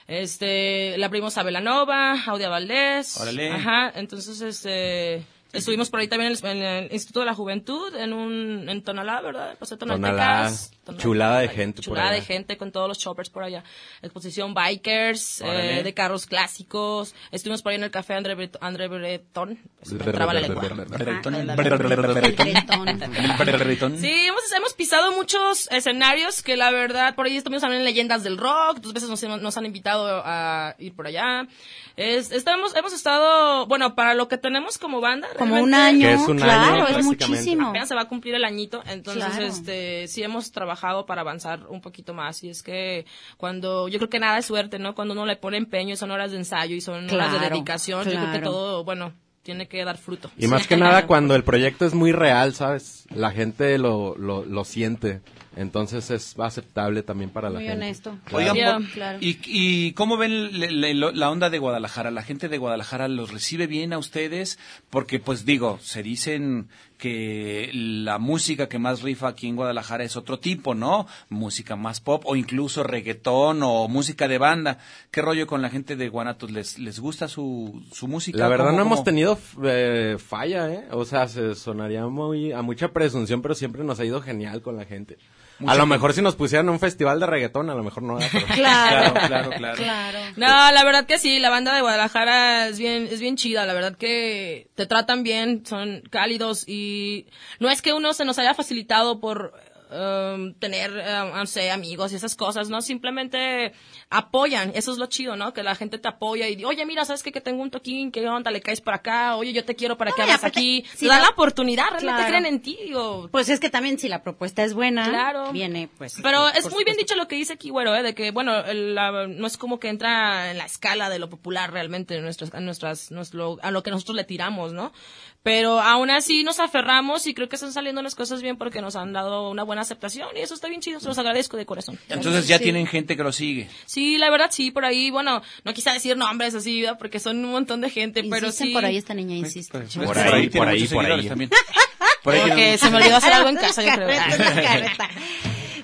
Speaker 5: Este, le abrimos a Velanova, a Audia Valdés.
Speaker 2: Órale.
Speaker 5: Ajá, entonces este estuvimos por ahí también en el, en el Instituto de la Juventud en un en Tonalá, ¿verdad? Pasé
Speaker 7: Tonalá,
Speaker 5: Tonaltecas. Tonalá.
Speaker 7: chulada de gente por
Speaker 5: Chulada
Speaker 7: allá.
Speaker 5: de gente con todos los shoppers por allá. Exposición bikers,
Speaker 7: Órale.
Speaker 5: eh, de carros clásicos. Estuvimos por ahí en el café André, Breton. André Breton. Se me traba la lengua.
Speaker 2: Breton.
Speaker 5: Ah,
Speaker 2: Breton. Breton.
Speaker 5: Sí, hemos, hemos pisado muchos escenarios que la verdad, por ahí estuvimos también en leyendas del rock, dos veces nos, hemos- nos han invitado a ir por allá. Es- estamos, hemos estado, bueno, para lo que tenemos como banda.
Speaker 3: Como
Speaker 5: realmente-
Speaker 3: un año, Que es un claro, año, es prácticamente. muchísimo.
Speaker 5: Apenas se va a cumplir el añito, entonces
Speaker 3: Claro.
Speaker 5: este, sí hemos trabajado para avanzar un poquito más y es que cuando, yo creo que nada es suerte, ¿no? Cuando uno le pone empeño y son horas de ensayo y son horas de
Speaker 3: Claro,
Speaker 5: dedicación, yo creo que
Speaker 3: claro.
Speaker 5: todo, bueno, tiene que dar fruto.
Speaker 7: Y más que nada cuando el proyecto es muy real, ¿sabes? La gente lo, lo, lo siente. Entonces es aceptable también para la
Speaker 3: Muy
Speaker 7: gente.
Speaker 3: honesto.
Speaker 2: Oigan,
Speaker 3: Yeah,
Speaker 5: pues,
Speaker 2: por-
Speaker 3: claro.
Speaker 2: ¿y, y cómo ven le- le- lo- la onda de Guadalajara? ¿La gente de Guadalajara los recibe bien a ustedes? Porque, pues digo, se dicen que la música que más rifa aquí en Guadalajara es otro tipo, ¿no? Música más pop o incluso reggaetón o música de banda. ¿Qué rollo con la gente de Guanatos? ¿Les, les gusta su, su música?
Speaker 7: La verdad
Speaker 2: ¿Cómo-
Speaker 7: no hemos
Speaker 2: cómo?
Speaker 7: tenido f- eh, falla, ¿eh? O sea, se sonaría muy a mucha presunción, pero siempre nos ha ido genial con la gente.
Speaker 2: Mucha
Speaker 7: a lo
Speaker 2: gente.
Speaker 7: mejor si nos pusieran a un festival de reggaetón, a lo mejor no. ¿eh? Pero-
Speaker 5: Claro.
Speaker 3: Ah.
Speaker 2: claro, claro.
Speaker 5: No, la verdad que sí, la banda de Guadalajara es bien, es bien chida, la verdad que te tratan bien, son cálidos y no es que uno se nos haya facilitado por um, tener, um, no sé, amigos y esas cosas, ¿no? Simplemente apoyan, eso es lo chido, ¿no? Que la gente te apoya y, oye, mira, ¿sabes qué? Que tengo un toquín, ¿qué onda? Le caes para acá, oye, yo te quiero para que hagas aquí.
Speaker 3: si
Speaker 5: te dan
Speaker 3: la-
Speaker 5: la oportunidad, realmente
Speaker 3: Claro.
Speaker 5: creen en ti, digo,
Speaker 3: Pues es que también si la propuesta es buena,
Speaker 5: Claro.
Speaker 3: viene pues.
Speaker 5: Pero
Speaker 3: por
Speaker 5: es muy bien dicho lo que dice aquí, güero, ¿eh? de que, bueno, el- la- no es como que entra en la escala de lo popular realmente, en nuestras, a, nuestras, nuestro- a lo que nosotros le tiramos, ¿no? Pero aún así nos aferramos y creo que están saliendo las cosas bien porque nos han dado una buena aceptación y eso está bien chido, se los agradezco de corazón.
Speaker 2: Entonces ya
Speaker 5: Sí.
Speaker 2: tienen gente que lo sigue.
Speaker 5: Sí, la verdad sí, por ahí, bueno, no quise decir nombres así, ¿verdad? porque son un montón de gente, Este, pero
Speaker 3: Insisten
Speaker 5: sí.
Speaker 3: por ahí esta niña, insiste.
Speaker 2: pues, Por ahí,
Speaker 7: por
Speaker 2: por
Speaker 7: ahí,
Speaker 2: ahí,
Speaker 7: por ahí.
Speaker 2: También. Por ahí tienen-
Speaker 5: Porque se me olvidó hacer algo en casa, yo creo.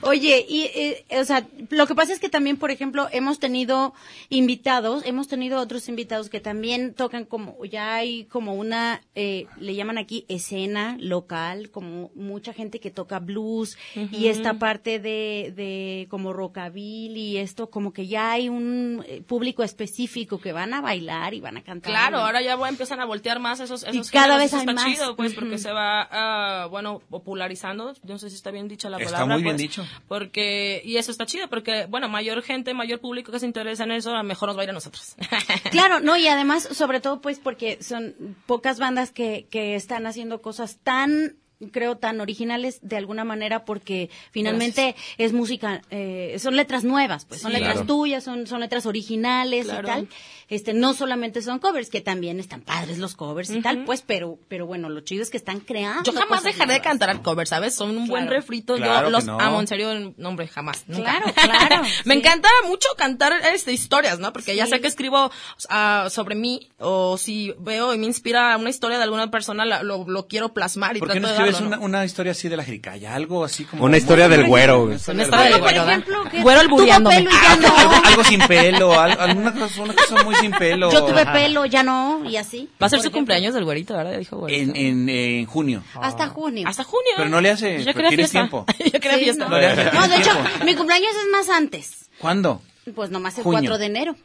Speaker 3: Oye, y, eh, o sea, lo que pasa es que también, por ejemplo, hemos tenido invitados, hemos tenido otros invitados que también tocan como, ya hay como una, eh, le llaman aquí escena local, como mucha gente que toca blues y
Speaker 12: Ujú.
Speaker 3: esta parte de, de como rockabilly y esto, como que ya hay un eh, público específico que van a bailar y van a cantar.
Speaker 5: Claro, ahora ya bueno, empiezan a voltear más esos, esos
Speaker 3: cada
Speaker 5: géneros,
Speaker 3: vez
Speaker 5: eso
Speaker 3: hay
Speaker 5: está
Speaker 3: más.
Speaker 5: chido, pues, porque
Speaker 3: Ujú.
Speaker 5: se va, ah, bueno, popularizando, no sé si está bien dicha la
Speaker 2: Está
Speaker 5: palabra.
Speaker 2: muy bien
Speaker 5: pues,
Speaker 2: dicho.
Speaker 5: Porque, y eso está chido, porque, bueno, mayor gente, mayor público que se interesa en eso, a lo mejor nos va a ir a nosotros.
Speaker 3: Claro, no, y además, sobre todo, pues, porque son pocas bandas que, que están haciendo cosas tan creo tan originales de alguna manera porque finalmente es música, eh, son letras nuevas, pues son
Speaker 11: Sí.
Speaker 3: letras
Speaker 11: Claro.
Speaker 3: tuyas, son, son letras originales
Speaker 11: Claro.
Speaker 3: y tal. Este, no solamente son covers, que también están padres los covers y tal, pues, pero, pero bueno, lo chido es que están creando.
Speaker 5: Yo jamás
Speaker 3: cosas
Speaker 5: dejaré de cantar al cover, ¿sabes? Son un buen
Speaker 3: Claro.
Speaker 5: refrito.
Speaker 3: Claro
Speaker 5: Yo
Speaker 3: que
Speaker 5: los
Speaker 3: no.
Speaker 5: amo, en serio. No, hombre, jamás. Nunca.
Speaker 3: Claro, claro.
Speaker 5: Me encanta mucho cantar este, historias, ¿no? Porque ya
Speaker 3: Sí.
Speaker 5: sea que escribo ah, sobre mí o si veo y me inspira una historia de alguna persona, la- lo, lo quiero plasmar y
Speaker 2: ¿Por
Speaker 5: trato
Speaker 2: qué no
Speaker 5: de
Speaker 2: escribes
Speaker 5: darlo,
Speaker 2: una, una historia así de la jericaya? Algo así como...
Speaker 7: Una historia del güero, güey.
Speaker 2: Una
Speaker 5: historia del güero, ¿verdad? Güero albureándome.
Speaker 3: pelo y ya no.
Speaker 2: Algo, algo sin pelo, al- alguna cosa, una cosa muy sin pelo.
Speaker 3: Yo tuve
Speaker 2: Ajá.
Speaker 3: pelo, ya no, y así.
Speaker 5: Va a ser su cumpleaños del güerito, ¿verdad? Dijo güerito.
Speaker 2: En, en, en junio.
Speaker 3: Hasta junio.
Speaker 5: Hasta junio.
Speaker 2: Pero no le hace...
Speaker 5: Yo
Speaker 2: pero
Speaker 5: quería
Speaker 2: tienes
Speaker 5: fiesta.
Speaker 2: tiempo.
Speaker 5: Yo quería
Speaker 3: Sí,
Speaker 5: fiesta.
Speaker 2: No le hace-
Speaker 3: No, de hecho,
Speaker 2: tiempo.
Speaker 3: mi cumpleaños es más antes.
Speaker 2: ¿Cuándo?
Speaker 3: Pues nomás el
Speaker 2: Junio.
Speaker 3: 4 de enero.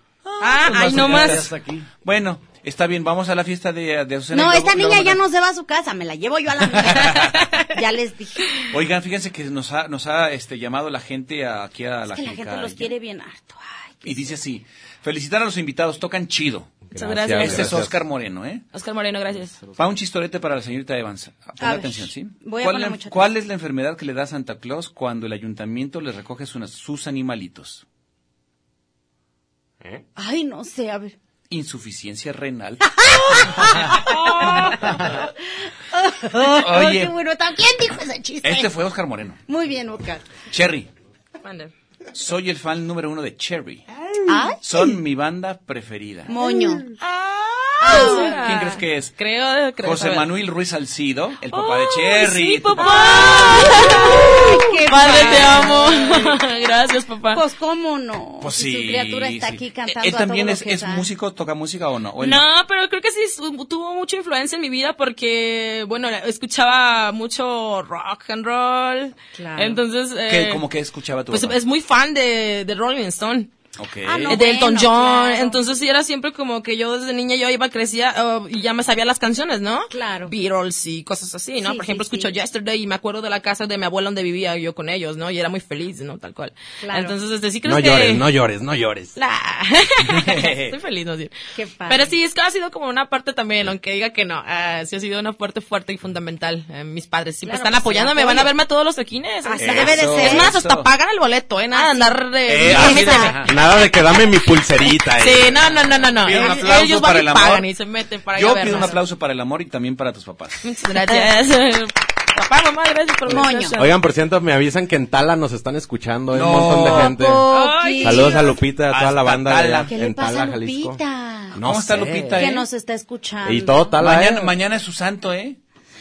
Speaker 5: Ah, ay, no más.
Speaker 2: Bueno, está bien, vamos a la fiesta de, de Azucena. y
Speaker 3: No,
Speaker 2: luego-
Speaker 3: esta niña
Speaker 2: luego-
Speaker 3: ya no se va a su casa, me la llevo yo a la mía. ya les dije.
Speaker 2: Oigan, fíjense que nos ha, nos ha este, llamado la gente a- aquí a
Speaker 3: Es
Speaker 2: la
Speaker 3: que la gente los
Speaker 2: jericaya.
Speaker 3: quiere bien harto.
Speaker 2: Y dice así, felicitar a los invitados, tocan chido.
Speaker 5: Muchas gracias.
Speaker 2: Este es
Speaker 5: gracias.
Speaker 2: Oscar Moreno, ¿eh?
Speaker 5: Oscar Moreno, gracias.
Speaker 2: Va un chistorete para la señorita Evans. Ponga
Speaker 5: A ver,
Speaker 2: atención, ¿sí?
Speaker 5: voy a
Speaker 2: ¿Cuál,
Speaker 5: poner
Speaker 2: la-
Speaker 5: mucha
Speaker 2: cuál es la enfermedad que le da Santa Claus cuando el ayuntamiento le recoge sus- sus animalitos?
Speaker 3: Ay, no sé, a ver.
Speaker 2: Insuficiencia renal.
Speaker 3: Ay,
Speaker 5: Oh,
Speaker 2: Oye.
Speaker 3: qué bueno, también dijo ese chiste.
Speaker 2: Este fue Oscar Moreno.
Speaker 3: Muy bien, Oscar.
Speaker 2: Cherry,
Speaker 5: Mande.
Speaker 2: soy el fan número uno de Cherry.
Speaker 3: Ay.
Speaker 2: Son mi banda preferida.
Speaker 3: Moño.
Speaker 2: ¿Quién crees que es?
Speaker 5: Ah, Creo, creo
Speaker 2: José
Speaker 5: saber.
Speaker 2: Manuel Ruiz Salcido, el papá de Cherry.
Speaker 5: Sí, papá.
Speaker 3: Qué
Speaker 5: Padre, te
Speaker 3: padre.
Speaker 5: amo. gracias, papá.
Speaker 3: Pues cómo no.
Speaker 2: Pues
Speaker 3: Si
Speaker 2: sí.
Speaker 3: su criatura está
Speaker 2: sí.
Speaker 3: aquí cantando.
Speaker 2: ¿Él
Speaker 3: a
Speaker 2: también
Speaker 3: todo lo
Speaker 2: es,
Speaker 3: que
Speaker 2: es
Speaker 3: da.
Speaker 2: músico, toca música o no? ¿O él
Speaker 5: No, pero creo que sí su- tuvo mucha influencia en mi vida porque, bueno, escuchaba mucho rock and roll.
Speaker 2: Claro.
Speaker 5: Entonces,
Speaker 2: ¿Qué-
Speaker 5: eh,
Speaker 2: ¿Cómo que escuchaba tu
Speaker 5: pues
Speaker 2: papá?
Speaker 5: es muy fan de, de Rolling Stone.
Speaker 2: Ok.
Speaker 5: de Elton John. Entonces sí era siempre como que yo desde niña yo iba, crecía oh, y ya me sabía las canciones, ¿no? Claro. Beatles y cosas así, ¿no?
Speaker 3: Sí,
Speaker 5: Por ejemplo,
Speaker 3: sí,
Speaker 5: escucho
Speaker 3: sí.
Speaker 5: Yesterday y me acuerdo de la casa de mi abuela donde vivía yo con ellos, ¿no? Y era muy feliz, ¿no? Tal cual.
Speaker 3: Claro.
Speaker 5: Entonces, desde sí creo
Speaker 7: No
Speaker 5: que...
Speaker 7: llores, no llores, no llores.
Speaker 5: La- Estoy feliz, no sé.
Speaker 3: Qué padre.
Speaker 5: Pero sí, es que ha sido como una parte también, aunque diga que no, ah, sí ha sido una parte fuerte y fundamental. Eh, mis padres siempre
Speaker 3: Claro,
Speaker 5: están
Speaker 3: pues,
Speaker 5: apoyándome,
Speaker 3: apoyo.
Speaker 5: van a verme a todos los toquines.
Speaker 3: Así
Speaker 5: Eso,
Speaker 3: debe de ser.
Speaker 5: Es más,
Speaker 3: Eso.
Speaker 5: hasta pagan el boleto, ¿eh? Nada de andar de...
Speaker 7: Eh, así de- nada de que dame mi pulserita. eh.
Speaker 5: Sí, no, no, no, no, no.
Speaker 2: Pido un
Speaker 5: Ellos-
Speaker 2: aplauso
Speaker 5: Ellos
Speaker 2: para
Speaker 5: van y
Speaker 2: el amor.
Speaker 5: pagan y se meten para ir
Speaker 2: Yo
Speaker 5: a
Speaker 2: pido un
Speaker 5: vernos.
Speaker 2: aplauso para el amor y también para tus papás.
Speaker 5: Muchas gracias. Papá, mamá, gracias por
Speaker 3: Moño.
Speaker 7: Oigan, por cierto, me avisan que en Tala nos están escuchando, hay
Speaker 2: No.
Speaker 7: un montón de gente.
Speaker 3: Ay,
Speaker 7: Saludos a
Speaker 3: Dios.
Speaker 7: Lupita, a toda la banda de-
Speaker 2: Tala.
Speaker 3: ¿Qué le
Speaker 7: en
Speaker 3: pasa a
Speaker 7: Tala, Jalisco.
Speaker 3: Lupita?
Speaker 7: No ¿Cómo está sé. Lupita,
Speaker 3: Que
Speaker 7: eh?
Speaker 3: nos está escuchando.
Speaker 7: Y todo Tala,
Speaker 2: Mañana,
Speaker 7: ¿eh?
Speaker 2: mañana es su santo, ¿eh?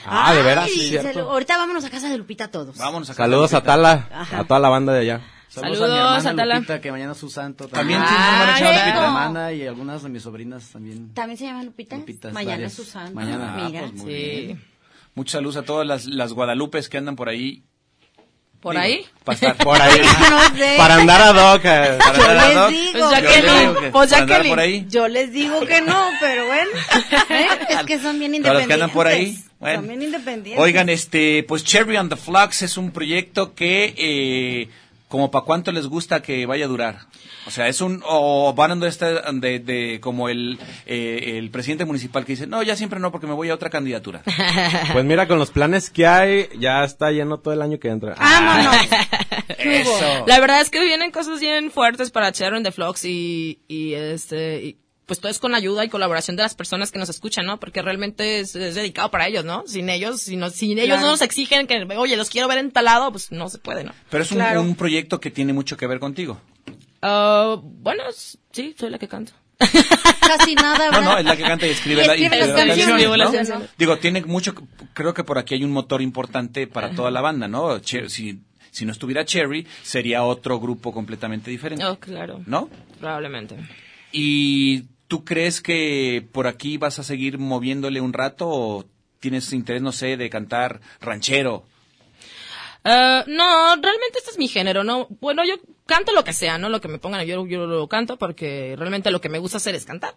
Speaker 7: Ah, de veras,
Speaker 3: Ay,
Speaker 7: sí,
Speaker 3: se
Speaker 7: cierto.
Speaker 3: lo- ahorita vámonos a casa de Lupita todos.
Speaker 2: Vámonos a casa.
Speaker 7: Saludos a Tala,
Speaker 3: Ajá.
Speaker 7: a toda la banda de allá.
Speaker 6: Saludos,
Speaker 5: Saludos,
Speaker 6: a mi hermana
Speaker 5: Atala.
Speaker 6: Lupita, que mañana es su santo.
Speaker 2: También tiene una hermana
Speaker 3: llamada
Speaker 6: Mi
Speaker 3: Lupita.
Speaker 6: hermana y algunas de mis sobrinas también.
Speaker 3: ¿También se llama Lupita?
Speaker 6: Lupitas
Speaker 3: Mañana
Speaker 6: varias.
Speaker 3: es Susana.
Speaker 6: Mañana.
Speaker 2: Ah,
Speaker 3: Mira.
Speaker 2: pues muy bien. Muchos saludos a todas las, las guadalupes que andan por ahí.
Speaker 5: ¿Por
Speaker 2: Digo,
Speaker 5: ahí?
Speaker 2: pa' estar-
Speaker 7: Por ahí.
Speaker 3: No sé.
Speaker 7: Para andar a doca.
Speaker 2: Para andar ad hoc.
Speaker 3: digo.
Speaker 5: Pues ya
Speaker 2: Yo
Speaker 5: que
Speaker 2: les digo
Speaker 5: no,
Speaker 2: que
Speaker 5: pues ya
Speaker 2: para andar
Speaker 5: que ni-
Speaker 2: por ahí.
Speaker 3: Yo les digo que no, pero bueno. ¿eh? Es que son bien independientes.
Speaker 2: Para los que andan por ahí. Bueno.
Speaker 3: Son bien independientes.
Speaker 2: Oigan, este, pues Cherry on the Flux es un proyecto que, eh, como para cuánto les gusta que vaya a durar. O sea, es un, o van andando esta de, de- como el, eh, el presidente municipal que dice, no, ya siempre no, porque me voy a otra candidatura.
Speaker 7: Pues mira, con los planes que hay, ya está lleno todo el año que entra.
Speaker 5: Ah.
Speaker 2: Eso.
Speaker 5: La verdad es que vienen cosas bien fuertes para Sharon de Flux y, y este, y, pues todo es con ayuda y colaboración de las personas que nos escuchan, ¿no? Porque realmente es, es dedicado para ellos, ¿no? Sin ellos, si, no- si ellos
Speaker 3: Claro.
Speaker 5: no nos exigen que, oye, los quiero ver entalado, pues no se puede, ¿no?
Speaker 2: Pero es un,
Speaker 5: Claro.
Speaker 2: un proyecto que tiene mucho que ver contigo.
Speaker 5: Ah, bueno, s- sí, soy la que canto.
Speaker 3: Casi nada,
Speaker 2: No,
Speaker 3: ¿verdad?
Speaker 2: no, es la que canta y escribe, la, y
Speaker 3: escribe las
Speaker 2: escribe las
Speaker 3: canciones,
Speaker 2: canciones,
Speaker 5: ¿no?
Speaker 2: ¿no?
Speaker 5: Escribe las-
Speaker 2: Digo, tiene mucho, creo que por aquí hay un motor importante para toda la banda, ¿no? Che- si, si no estuviera Cherry, sería otro grupo completamente diferente,
Speaker 5: Oh, claro.
Speaker 2: ¿no?
Speaker 5: Probablemente.
Speaker 2: ¿Y tú crees que por aquí vas a seguir moviéndole un rato o tienes interés, no sé, de cantar ranchero?
Speaker 5: Ah, no, realmente este es mi género, ¿no? Bueno, yo canto lo que sea, ¿no? Lo que me pongan, yo, yo lo canto porque realmente lo que me gusta hacer es cantar.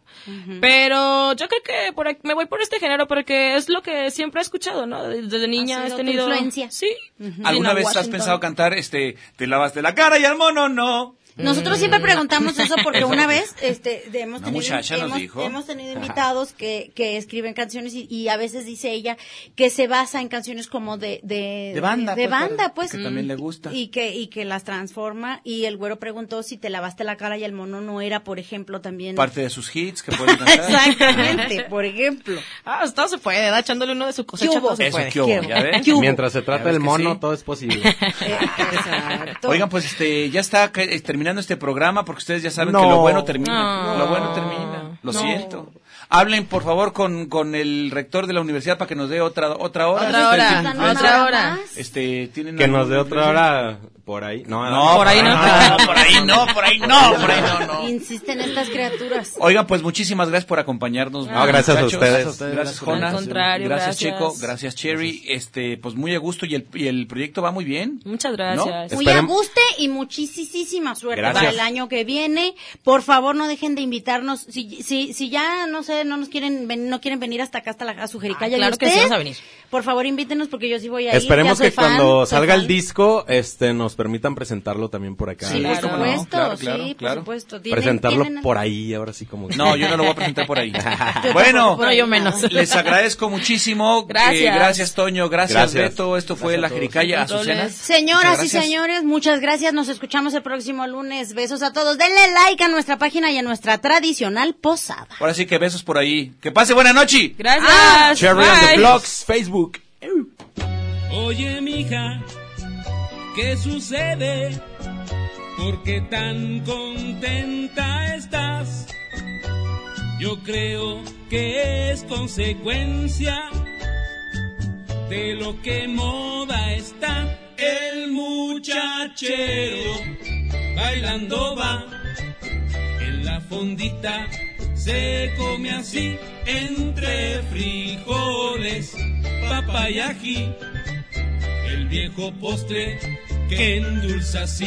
Speaker 5: Pero yo creo que por aquí- me voy por este género porque es lo que siempre he escuchado, ¿no? Desde niña
Speaker 3: Ha
Speaker 5: he
Speaker 3: sido tu
Speaker 5: tenido...
Speaker 3: influencia.
Speaker 5: Sí.
Speaker 2: ¿Alguna
Speaker 5: Nina
Speaker 2: vez has
Speaker 5: Washington.
Speaker 2: pensado cantar, este, te lavas de la cara y al mono no?
Speaker 3: Nosotros siempre preguntamos eso porque una vez este, de- hemos,
Speaker 2: Una
Speaker 3: tenido,
Speaker 2: muchacha nos
Speaker 3: hemos-
Speaker 2: dijo.
Speaker 3: hemos tenido invitados que, que escriben canciones y, y a veces dice ella que se basa en canciones como de, de,
Speaker 2: De banda,
Speaker 3: de
Speaker 2: pues,
Speaker 3: banda,
Speaker 2: para-
Speaker 3: pues.
Speaker 2: que también le gusta.
Speaker 3: Y que, y que las transforma. Y el güero preguntó si te lavaste la cara y el mono no era, por ejemplo, también.
Speaker 2: Parte de sus hits que pueden cantar.
Speaker 3: Exactamente, por ejemplo.
Speaker 5: Ah, pues todo se puede, ¿verdad? Echándole uno de su cosecha,
Speaker 3: ¿Qué hubo?
Speaker 5: todo se
Speaker 2: Eso,
Speaker 5: puede.
Speaker 2: ¿qué hubo? ¿Ya ven?
Speaker 7: Mientras se
Speaker 2: Ya
Speaker 7: trata
Speaker 2: ves
Speaker 7: del
Speaker 2: que
Speaker 7: mono,
Speaker 2: sí.
Speaker 7: todo es posible.
Speaker 3: Eh,
Speaker 2: Oigan, pues este, ya está ca- eh, terminando este programa porque ustedes ya saben
Speaker 7: No.
Speaker 2: que lo bueno termina.
Speaker 5: No.
Speaker 2: Lo bueno termina. Lo
Speaker 5: No.
Speaker 2: siento. Hablen, por favor, con, con el rector de la universidad para que nos dé otra, otra hora.
Speaker 5: Otra
Speaker 2: Ustedes
Speaker 5: hora,
Speaker 2: tienen
Speaker 5: otra
Speaker 2: influencia.
Speaker 5: hora.
Speaker 2: Este, ¿tienen
Speaker 7: Que nos dé
Speaker 2: alguna
Speaker 7: otra
Speaker 2: influencia?
Speaker 7: hora por ahí. No,
Speaker 2: No, por ahí no. Por ahí no, por ahí no, por ahí no, no.
Speaker 3: Insisten estas criaturas.
Speaker 2: Oigan, pues muchísimas gracias por acompañarnos.
Speaker 7: No, gracias a ustedes.
Speaker 2: Gracias,
Speaker 7: Gracias a ustedes,
Speaker 2: gracias,
Speaker 7: gracias por la
Speaker 2: Jonas.
Speaker 7: invitación.
Speaker 5: Al contrario,
Speaker 2: gracias,
Speaker 5: gracias.
Speaker 2: Checo. Gracias, Cherry. Este, pues muy a gusto y el, y el proyecto va muy bien.
Speaker 5: Muchas
Speaker 2: gracias.
Speaker 5: gracias.
Speaker 3: Muy a
Speaker 2: Esperem-
Speaker 3: gusto y muchísima suerte
Speaker 2: Gracias.
Speaker 3: para el año que viene. Por favor, no dejen de invitarnos. Si, si, si ya, no sé, no nos quieren ven- no quieren venir hasta acá, hasta la, a su jericaya.
Speaker 5: Ah, claro
Speaker 3: ¿y
Speaker 5: que
Speaker 3: ustedes?
Speaker 5: sí, vamos a venir.
Speaker 3: Por favor, invítenos porque yo sí voy a ir.
Speaker 7: Esperemos
Speaker 3: ya soy
Speaker 7: que
Speaker 3: fan,
Speaker 7: cuando
Speaker 3: soy
Speaker 7: salga el
Speaker 3: fan.
Speaker 7: disco, este, nos permitan presentarlo también por acá.
Speaker 3: Sí, por
Speaker 2: Claro.
Speaker 3: supuesto,
Speaker 2: Claro, claro,
Speaker 3: sí,
Speaker 2: claro.
Speaker 3: por supuesto. Tienen-
Speaker 7: Presentarlo
Speaker 3: tienen-
Speaker 7: por ahí, ahora sí como...
Speaker 2: No, yo no lo voy a presentar por ahí. bueno,
Speaker 5: Bueno, yo menos.
Speaker 2: les agradezco muchísimo.
Speaker 5: Gracias.
Speaker 2: Eh, gracias, Toño. Gracias,
Speaker 7: Gracias.
Speaker 2: Beto. Esto fue
Speaker 7: Gracias a
Speaker 2: La
Speaker 7: todos.
Speaker 2: Jericaya Azucena.
Speaker 5: Controles.
Speaker 3: Señoras
Speaker 2: Muchas
Speaker 3: y
Speaker 2: gracias.
Speaker 3: señores, muchas gracias. Nos escuchamos el próximo lunes. Besos a todos. Denle like a nuestra página y a nuestra tradicional posada.
Speaker 2: Ahora sí que besos por ahí. Que pase buena noche.
Speaker 5: Gracias.
Speaker 2: Ah,
Speaker 7: Cherry on
Speaker 5: Bye.
Speaker 7: the Blocks, Facebook.
Speaker 4: Oye, mija, ¿qué sucede? ¿Por qué tan contenta estás? Yo creo que es consecuencia de lo que moda está. El muchachero bailando va en la fondita. Se come así entre frijoles, papaya ají el viejo postre que endulza así.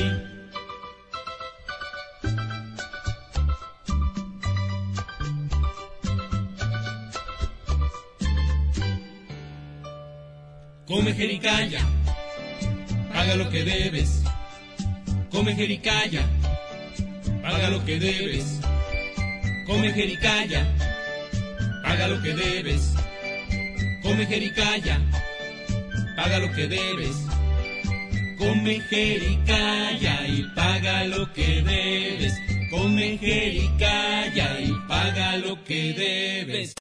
Speaker 4: Come jericaya, paga lo que debes. Come jericaya, paga lo que debes. Come jericaya, paga lo que debes. Come jericaya paga lo que debes. Come jericaya y paga lo que debes. Come jericaya y paga lo que debes.